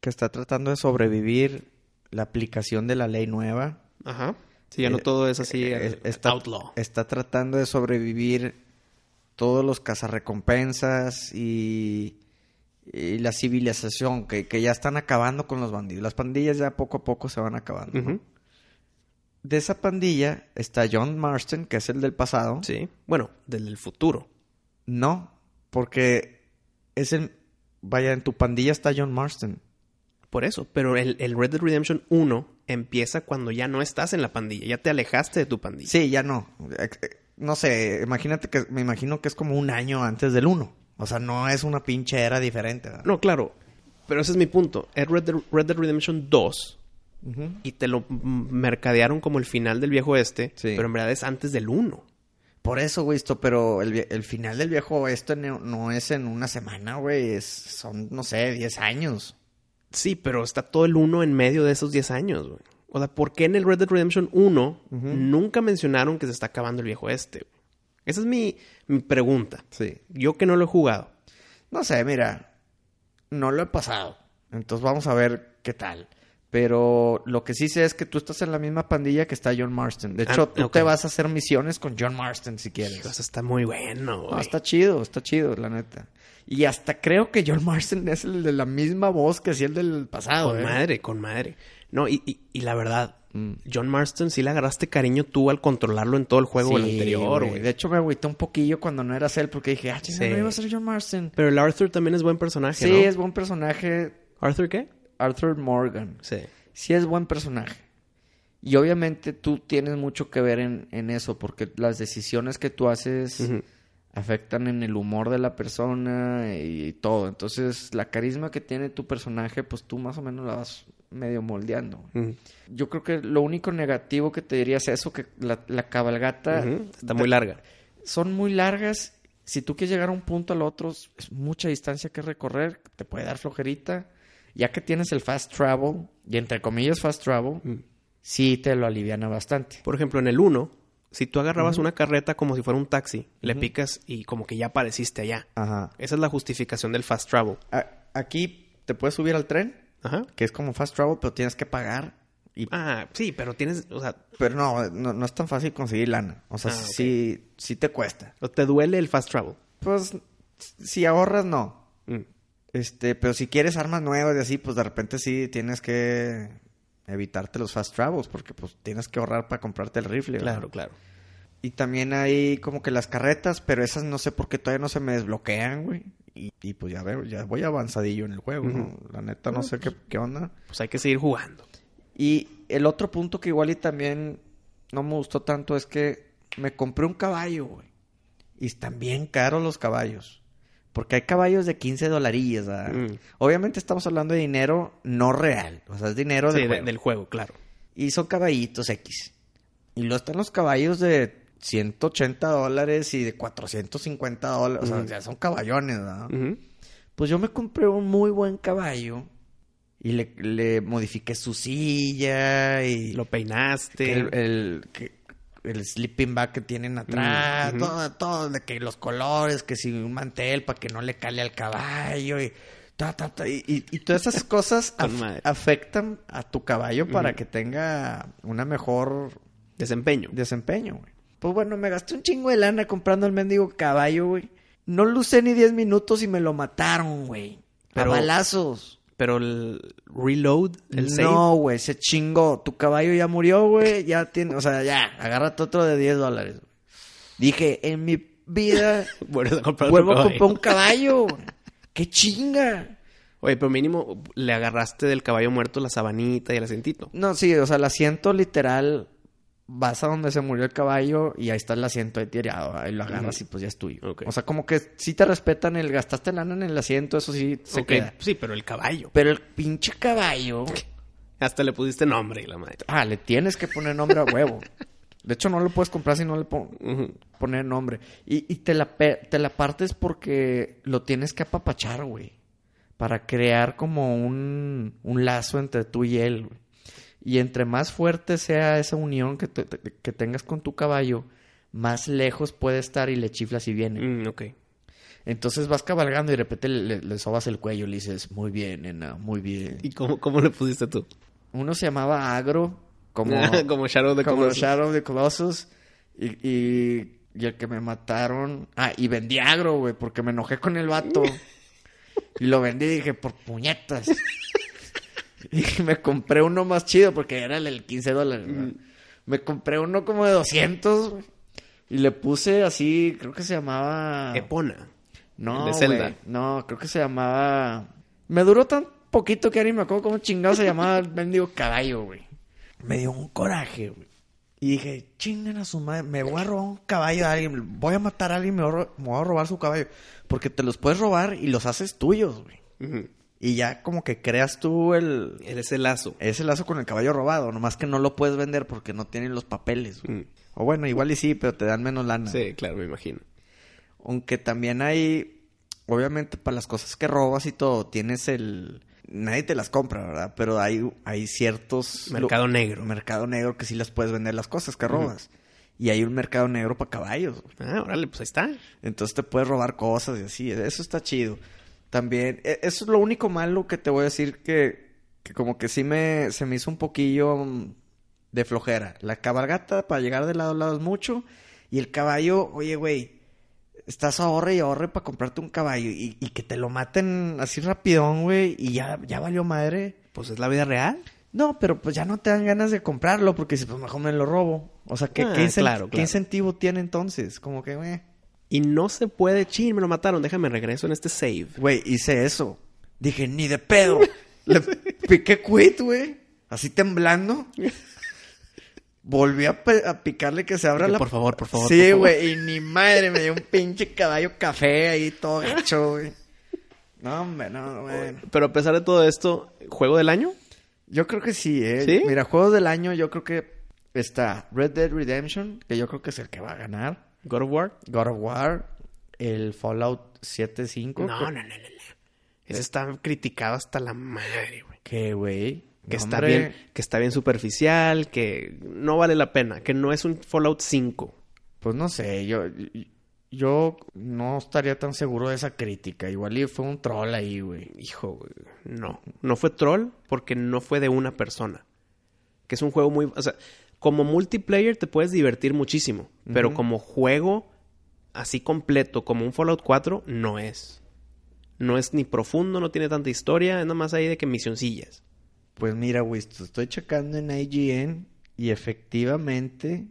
Speaker 1: que está tratando de sobrevivir la aplicación de la ley nueva.
Speaker 3: Ajá. Sí, ya no
Speaker 1: Eh,
Speaker 3: todo es así.
Speaker 1: Eh,
Speaker 3: eh,
Speaker 1: está,
Speaker 3: outlaw.
Speaker 1: está tratando de sobrevivir todos los cazarrecompensas y, y la civilización, que, que ya están acabando con los bandidos. Las pandillas ya poco a poco se van acabando. ¿no?
Speaker 3: Ujú.
Speaker 1: De esa pandilla está John Marston, que es el del pasado.
Speaker 3: Sí. Bueno, del, del futuro.
Speaker 1: No, porque es el... Vaya, en tu pandilla está John Marston.
Speaker 3: Por eso. Pero el, el Red Dead Redemption 1 empieza cuando ya no estás en la pandilla. Ya te alejaste de tu pandilla.
Speaker 1: Sí, ya no. Eh, eh, No sé, imagínate que... Me imagino que es como un año antes del uno. O sea, no es una pinche era diferente. ¿verdad?
Speaker 3: No, claro. Pero ese es mi punto. Es Red Dead, Red Dead Redemption 2
Speaker 1: Ujú.
Speaker 3: y te lo mm, mercadearon como el final del viejo oeste,
Speaker 1: Sí.
Speaker 3: pero en verdad es antes del 1.
Speaker 1: Por eso, güey, esto, pero el, vie- el final del viejo oeste no, no es en una semana, güey, es- son, no sé, 10 años.
Speaker 3: Sí, pero está todo el 1 en medio de esos 10 años, güey. O sea, ¿por qué en el Red Dead Redemption 1 nunca mencionaron que se está acabando el viejo este? güey? Esa es mi, mi pregunta.
Speaker 1: Sí.
Speaker 3: Yo que no lo he jugado.
Speaker 1: No sé, mira, no lo he pasado, entonces vamos a ver qué tal. Pero lo que sí sé es que tú estás en la misma pandilla que está John Marston. De
Speaker 3: Ah,
Speaker 1: hecho, tú
Speaker 3: ok.
Speaker 1: te vas a hacer misiones con John Marston si quieres.
Speaker 3: Hijo, eso está muy bueno, güey.
Speaker 1: No, está chido, está chido, la neta. Y hasta creo que John Marston es el de la misma voz que hacía el del pasado.
Speaker 3: Con
Speaker 1: ¿eh?
Speaker 3: madre, con madre. No, y, y- y la verdad,
Speaker 1: Mm.
Speaker 3: John Marston sí le agarraste cariño tú al controlarlo en todo el juego el
Speaker 1: Sí,
Speaker 3: anterior, güey.
Speaker 1: De hecho, me agüité un poquillo cuando no eras él porque dije, ah, chinga,
Speaker 3: Sí.
Speaker 1: no iba a ser John Marston.
Speaker 3: Pero el Arthur también es buen personaje,
Speaker 1: Sí,
Speaker 3: ¿no?
Speaker 1: es buen personaje
Speaker 3: ¿Arthur qué?
Speaker 1: Arthur Morgan.
Speaker 3: Sí.
Speaker 1: Sí es buen personaje. Y obviamente tú tienes mucho que ver en, en eso porque las decisiones que tú haces
Speaker 3: Ujú.
Speaker 1: afectan en el humor de la persona y, todo. Entonces, la carisma que tiene tu personaje, pues tú más o menos la vas medio moldeando. güey.
Speaker 3: Ujú.
Speaker 1: Yo creo que lo único negativo que te diría es eso, que la, la cabalgata...
Speaker 3: Ujú. Está muy larga.
Speaker 1: son muy largas. Si tú quieres llegar a un punto al otro, es es mucha distancia que recorrer, te puede dar flojerita. Ya que tienes el fast travel, y entre comillas fast travel, sí te lo aliviana bastante.
Speaker 3: Por ejemplo, en el 1, si tú agarrabas una carreta como si fuera un taxi, le picas y como que ya apareciste allá.
Speaker 1: Ajá.
Speaker 3: Esa es la justificación del fast travel.
Speaker 1: aquí te puedes subir al tren,
Speaker 3: Ajá.
Speaker 1: que es como fast travel, pero tienes que pagar. Y,
Speaker 3: Ah, sí, pero tienes, o sea,
Speaker 1: pero no, no, no es tan fácil conseguir lana. O sea,
Speaker 3: Ah, ok.
Speaker 1: sí, sí te cuesta.
Speaker 3: ¿te duele el fast travel?
Speaker 1: Pues Si ahorras, no.
Speaker 3: Mm.
Speaker 1: Este, pero si quieres armas nuevas y así, pues de repente sí tienes que evitarte los fast travels, porque pues tienes que ahorrar para comprarte el rifle. ¿verdad?
Speaker 3: Claro, claro.
Speaker 1: Y también hay como que las carretas, pero esas no sé por qué todavía no se me desbloquean, güey. Y, y, pues ya veo, ya voy avanzadillo en el juego, ¿no? La neta no sé qué, qué onda.
Speaker 3: Pues hay que seguir jugando.
Speaker 1: Y el otro punto que igual y también no me gustó tanto es que me compré un caballo, güey. Y están bien caros los caballos. Porque hay caballos de 15 dolarillas. ¿verdad?
Speaker 3: Mm.
Speaker 1: Obviamente estamos hablando de dinero no real. O sea, es dinero
Speaker 3: Sí,
Speaker 1: del
Speaker 3: de-
Speaker 1: juego.
Speaker 3: del juego, claro.
Speaker 1: Y son caballitos X. Y luego están los caballos de 180 dólares y de 450 dólares. O sea,
Speaker 3: Ujú.
Speaker 1: ya son caballones, ¿verdad?
Speaker 3: Ujú.
Speaker 1: Pues yo me compré un muy buen caballo. Y le, le modifiqué su silla y
Speaker 3: Lo peinaste.
Speaker 1: que el, el, que- el sleeping bag que tienen atrás,
Speaker 3: Mm, ujú.
Speaker 1: todo, todo, de que los colores, que si un mantel para que no le cale al caballo y, ta, ta, ta, y, y- y todas esas cosas
Speaker 3: Ah, Con
Speaker 1: af-
Speaker 3: madre.
Speaker 1: afectan a tu caballo para
Speaker 3: Ujú.
Speaker 1: que tenga una mejor
Speaker 3: Desempeño.
Speaker 1: desempeño, güey. Pues bueno, me gasté un chingo de lana comprando el mendigo caballo, güey. No lucé ni 10 minutos y me lo mataron, güey.
Speaker 3: Pero-
Speaker 1: a balazos.
Speaker 3: Pero el reload, el save.
Speaker 1: No, güey, se chingó. Tu caballo ya murió, güey. Ya tiene, o sea, ya, agárrate otro de 10 dólares. güey. Dije, en mi vida
Speaker 3: Vuelves a comprar otro
Speaker 1: vuelvo a
Speaker 3: caballo.
Speaker 1: comprar un caballo. güey. ¡Qué chinga!
Speaker 3: Oye, pero mínimo le agarraste del caballo muerto la sabanita y el asientito.
Speaker 1: No, sí, o sea, el asiento literal, vas a donde se murió el caballo y ahí está el asiento ahí tirado. Ahí lo agarras y pues ya es tuyo.
Speaker 3: Ok.
Speaker 1: O sea, como que sí te respetan el gastaste lana en el asiento, eso sí se
Speaker 3: Ok,
Speaker 1: queda.
Speaker 3: Sí, pero el caballo.
Speaker 1: Pero el pinche caballo...
Speaker 3: Hasta le pusiste nombre y la madre.
Speaker 1: Ah, le tienes que poner nombre a huevo. De hecho, no lo puedes comprar si no le pones...
Speaker 3: Ujú.
Speaker 1: poner nombre. Y, y te, la pe- te la partes porque lo tienes que apapachar, güey. Para crear como un, un lazo entre tú y él, güey. Y entre más fuerte sea esa unión que, te- te- que tengas con tu caballo, más lejos puede estar y le chiflas y viene.
Speaker 3: Mm, ok.
Speaker 1: Entonces vas cabalgando y de repente le, le- le sobas el cuello y le dices, muy bien, nena, muy bien.
Speaker 3: ¿Y cómo, cómo le pusiste tú?
Speaker 1: Uno se llamaba Agro, como,
Speaker 3: como Shadow de
Speaker 1: como
Speaker 3: Colossus.
Speaker 1: Shadow of the Colossus. Y, y, y el que me mataron. Ah, y vendí agro, güey, porque me enojé con el vato. y lo vendí y dije, por puñetas. y me compré uno más chido porque era el del 15 dólares.
Speaker 3: Mm.
Speaker 1: ¿verdad? Me compré uno como de 200, güey. Y le puse así, creo que se llamaba.
Speaker 3: Epona.
Speaker 1: No,
Speaker 3: El de Zelda.
Speaker 1: güey. No, creo que se llamaba. Me duró tan poquito que ya ni me acuerdo cómo chingado se llamaba el mendigo caballo, güey. Me dio un coraje, güey. Y dije, chingan a su madre, me voy a robar un caballo de alguien, voy a matar a alguien, me voy a, ro- me voy a robar su caballo. Porque te los puedes robar y los haces tuyos, güey.
Speaker 3: Ujú.
Speaker 1: Y ya como que creas tú el,
Speaker 3: Él es el lazo.
Speaker 1: ese lazo con el caballo robado, nomás que no lo puedes vender porque no tienen los papeles, güey.
Speaker 3: Mm.
Speaker 1: O bueno, igual y sí, pero te dan menos lana.
Speaker 3: Sí, claro, me imagino.
Speaker 1: Aunque también hay, obviamente, para las cosas que robas y todo, tienes el... Nadie te las compra, ¿verdad? Pero hay, hay ciertos...
Speaker 3: Mercado negro.
Speaker 1: Mercado negro que sí las puedes vender las cosas que robas. Y hay un mercado negro para caballos. güey.
Speaker 3: Ah, órale, pues ahí está.
Speaker 1: Entonces te puedes robar cosas y así. Eso está chido. También, e- eso es lo único malo que te voy a decir que, que como que sí me, se me hizo un poquillo mm, de flojera. La cabalgata para llegar de lado a lado es mucho. Y el caballo, oye, güey, estás ahorre y ahorre para comprarte un caballo. Y, y que te lo maten así rapidón, güey, y ya, ya valió madre.
Speaker 3: Pues es la vida real.
Speaker 1: No, pero pues ya no te dan ganas de comprarlo porque dices, pues mejor me lo robo. O sea, ¿qué,
Speaker 3: Ah,
Speaker 1: qué incen-
Speaker 3: claro,
Speaker 1: qué
Speaker 3: claro.
Speaker 1: incentivo tiene entonces? Como que, güey.
Speaker 3: Y no se puede. Chin, me lo mataron. Déjame regreso en este save.
Speaker 1: Güey, hice eso. Dije, ni de pedo. Le piqué quit, güey. Así temblando. Volví a, pe- a picarle que se abra
Speaker 3: Que
Speaker 1: la...
Speaker 3: por favor, por favor, por
Speaker 1: Sí,
Speaker 3: favor.
Speaker 1: güey. Y ni madre, me dio un pinche caballo café ahí todo gacho, güey. No, hombre, no, güey.
Speaker 3: Pero a pesar de todo esto, ¿juego del año?
Speaker 1: Yo creo que sí, ¿eh?
Speaker 3: ¿Sí?
Speaker 1: Mira, juegos del año yo creo que está Red Dead Redemption, que yo creo que es el que va a ganar.
Speaker 3: God of War.
Speaker 1: God of War, el Fallout 7.5.
Speaker 3: No, no, no, no, no. Ese está criticado hasta la madre, güey.
Speaker 1: Que, güey.
Speaker 3: Que
Speaker 1: no,
Speaker 3: está
Speaker 1: hombre.
Speaker 3: bien, que está bien superficial, que no vale la pena, que no es un Fallout 5.
Speaker 1: Pues no sé, yo, yo no estaría tan seguro de esa crítica. Igual y fue un troll ahí, güey.
Speaker 3: Hijo, güey, no. No fue troll porque no fue de una persona. Que es un juego muy. O sea, como multiplayer te puedes divertir muchísimo. Pero
Speaker 1: Ujú.
Speaker 3: como juego así completo como un Fallout 4 no es. No es ni profundo, no tiene tanta historia, es nada más ahí de que misioncillas.
Speaker 1: Pues mira, güey, esto- estoy checando en IGN y efectivamente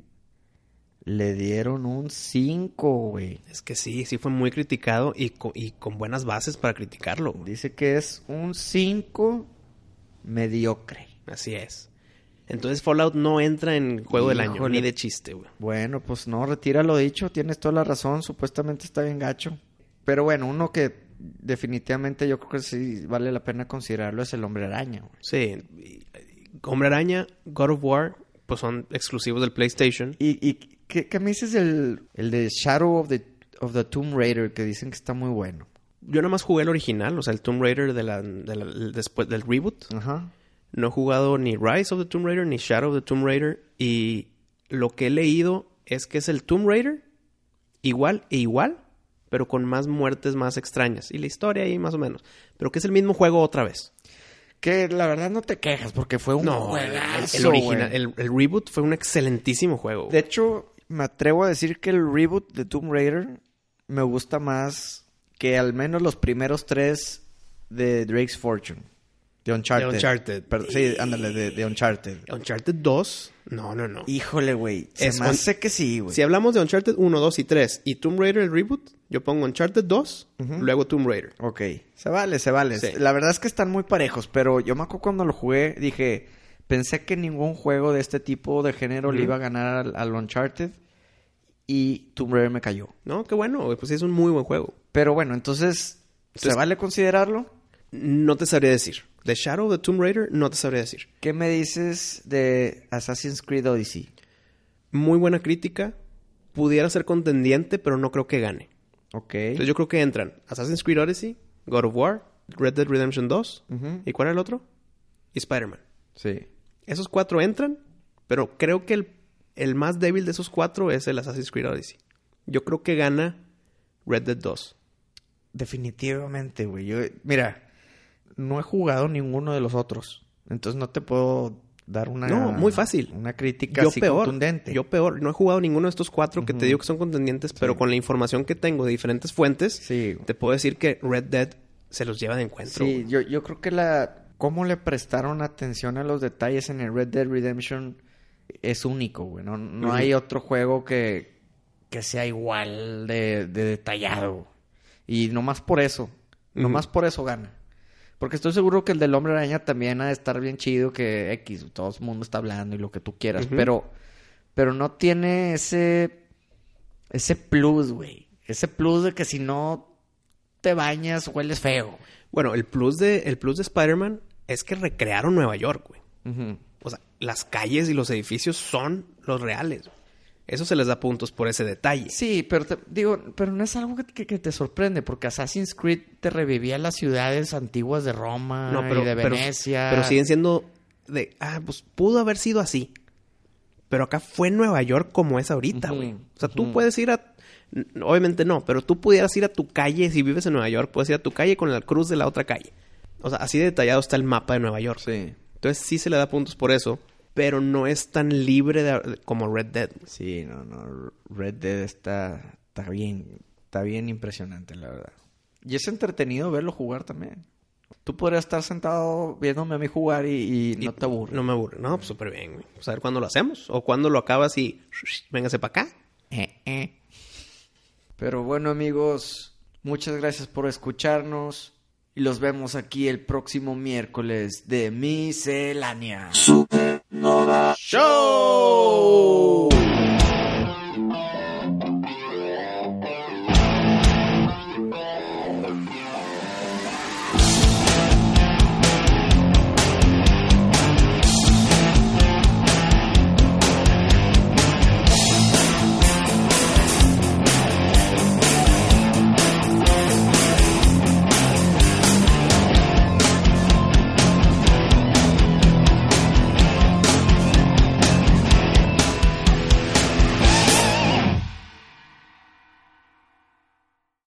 Speaker 1: le dieron un 5, güey.
Speaker 3: Es que sí, sí fue muy criticado y, co- y con buenas bases para criticarlo. güey.
Speaker 1: Dice que es un 5 mediocre.
Speaker 3: Así es. Entonces Fallout no entra en juego del año,
Speaker 1: Híjole.
Speaker 3: ni de chiste, güey.
Speaker 1: Bueno, pues no, retira lo dicho, tienes toda la razón, supuestamente está bien gacho. Pero bueno, uno que definitivamente yo creo que sí vale la pena considerarlo es el hombre araña, güey.
Speaker 3: Sí. y- y Hombre Araña, God of War, pues son exclusivos del PlayStation.
Speaker 1: ¿Y, y qué, qué me dices del el de Shadow of the, of the Tomb Raider que dicen que está muy bueno?
Speaker 3: Yo nada más jugué el original, o sea, el Tomb Raider de la, de la- el- después del reboot.
Speaker 1: Ajá.
Speaker 3: No he jugado ni Rise of the Tomb Raider ni Shadow of the Tomb Raider. Y lo que he leído es que es el Tomb Raider igual e igual, pero con más muertes más extrañas. Y la historia ahí más o menos. Pero que es el mismo juego otra vez.
Speaker 1: Que la verdad no te quejas porque fue un
Speaker 3: No, el, el- el
Speaker 1: juegazo,
Speaker 3: original,
Speaker 1: güey.
Speaker 3: el, el reboot fue un excelentísimo juego.
Speaker 1: De hecho, me atrevo a decir que el reboot de Tomb Raider me gusta más que al menos los primeros tres de Drake's Fortune. De Uncharted.
Speaker 3: De Uncharted.
Speaker 1: Perdón, sí, ándale, de, de Uncharted.
Speaker 3: Uncharted 2, no, no, no.
Speaker 1: Híjole, güey. Se
Speaker 3: Es
Speaker 1: me
Speaker 3: un-
Speaker 1: hace que sí, güey.
Speaker 3: Si hablamos de Uncharted 1, 2 y 3 y Tomb Raider el reboot, yo pongo Uncharted 2, luego Tomb Raider.
Speaker 1: Ok, se vale, se vale.
Speaker 3: Sí.
Speaker 1: La verdad es que están muy parejos, pero yo me acuerdo cuando lo jugué, dije, pensé que ningún juego de este tipo de género le iba a ganar al, al Uncharted y Tomb Raider me cayó.
Speaker 3: No, qué bueno, güey, pues sí, es un muy buen juego.
Speaker 1: Pero bueno, entonces, ¿se
Speaker 3: Entonces-
Speaker 1: vale considerarlo?
Speaker 3: No te sabría decir. De Shadow de Tomb Raider, no te sabría decir.
Speaker 1: ¿Qué me dices de Assassin's Creed Odyssey?
Speaker 3: Muy buena crítica. Pudiera ser contendiente, pero no creo que gane.
Speaker 1: Ok.
Speaker 3: Entonces yo creo que entran Assassin's Creed Odyssey, God of War, Red Dead Redemption 2,
Speaker 1: Ujú.
Speaker 3: ¿y cuál era el otro? Y Spider-Man.
Speaker 1: Sí.
Speaker 3: Esos cuatro entran, pero creo que el, el más débil de esos cuatro es el Assassin's Creed Odyssey. Yo creo que gana Red Dead 2.
Speaker 1: Definitivamente, güey. Yo, mira, no he jugado ninguno de los otros. Entonces no te puedo dar una...
Speaker 3: No, muy fácil.
Speaker 1: Una crítica
Speaker 3: yo
Speaker 1: así
Speaker 3: peor,
Speaker 1: contundente.
Speaker 3: yo peor. No he jugado ninguno de estos cuatro que te digo que son contendientes, pero con la información que tengo de diferentes fuentes,
Speaker 1: Sí.
Speaker 3: te puedo decir que Red Dead se los lleva de encuentro.
Speaker 1: Sí,
Speaker 3: güey.
Speaker 1: yo, yo creo que la... Cómo le prestaron atención a los detalles en el Red Dead Redemption es único, güey. No, no
Speaker 3: Ujú.
Speaker 1: hay otro juego que, que sea igual de, de detallado. Y nomás por eso. Nomás por eso gana. Porque estoy seguro que el del Hombre Araña también ha de estar bien chido que X, todo el mundo está hablando y lo que tú quieras.
Speaker 3: Ujú.
Speaker 1: Pero... Pero no tiene ese... Ese plus, güey. Ese plus de que si no te bañas, hueles feo.
Speaker 3: Bueno, el plus de, el plus de Spider-Man es que recrearon Nueva York, güey.
Speaker 1: Ujú.
Speaker 3: O sea, las calles y los edificios son los reales. güey. Eso se les da puntos por ese detalle.
Speaker 1: Sí, pero te- digo, pero no es algo que, que- que te sorprende, porque Assassin's Creed te revivía las ciudades antiguas de Roma
Speaker 3: No, pero,
Speaker 1: y de
Speaker 3: pero-
Speaker 1: Venecia.
Speaker 3: Pero, siguen siendo de, ah, pues pudo haber sido así. Pero acá fue Nueva York como es ahorita,
Speaker 1: Ujú,
Speaker 3: güey. O sea, tú
Speaker 1: ujú.
Speaker 3: puedes ir a... n- Obviamente no, pero tú pudieras ir a tu calle, si vives en Nueva York, puedes ir a tu calle con la cruz de la otra calle. O sea, así de detallado está el mapa de Nueva York.
Speaker 1: Sí,
Speaker 3: Entonces sí se le da puntos por eso, pero no es tan libre de- como Red Dead.
Speaker 1: sí, no, no. Red Dead está, está bien, está bien impresionante, la verdad. Y es entretenido verlo jugar también. Tú podrías estar sentado viéndome a mí jugar y, y no te aburres.
Speaker 3: No me aburre. No, pues súper bien, güey. Pues a ver cuándo lo hacemos. O cuándo lo acabas y... Véngase para acá.
Speaker 1: Eh, eh. Pero bueno, amigos, muchas gracias por escucharnos. Y los vemos aquí el próximo miércoles de Miscelánea.
Speaker 2: Supernova.
Speaker 1: ¡Show!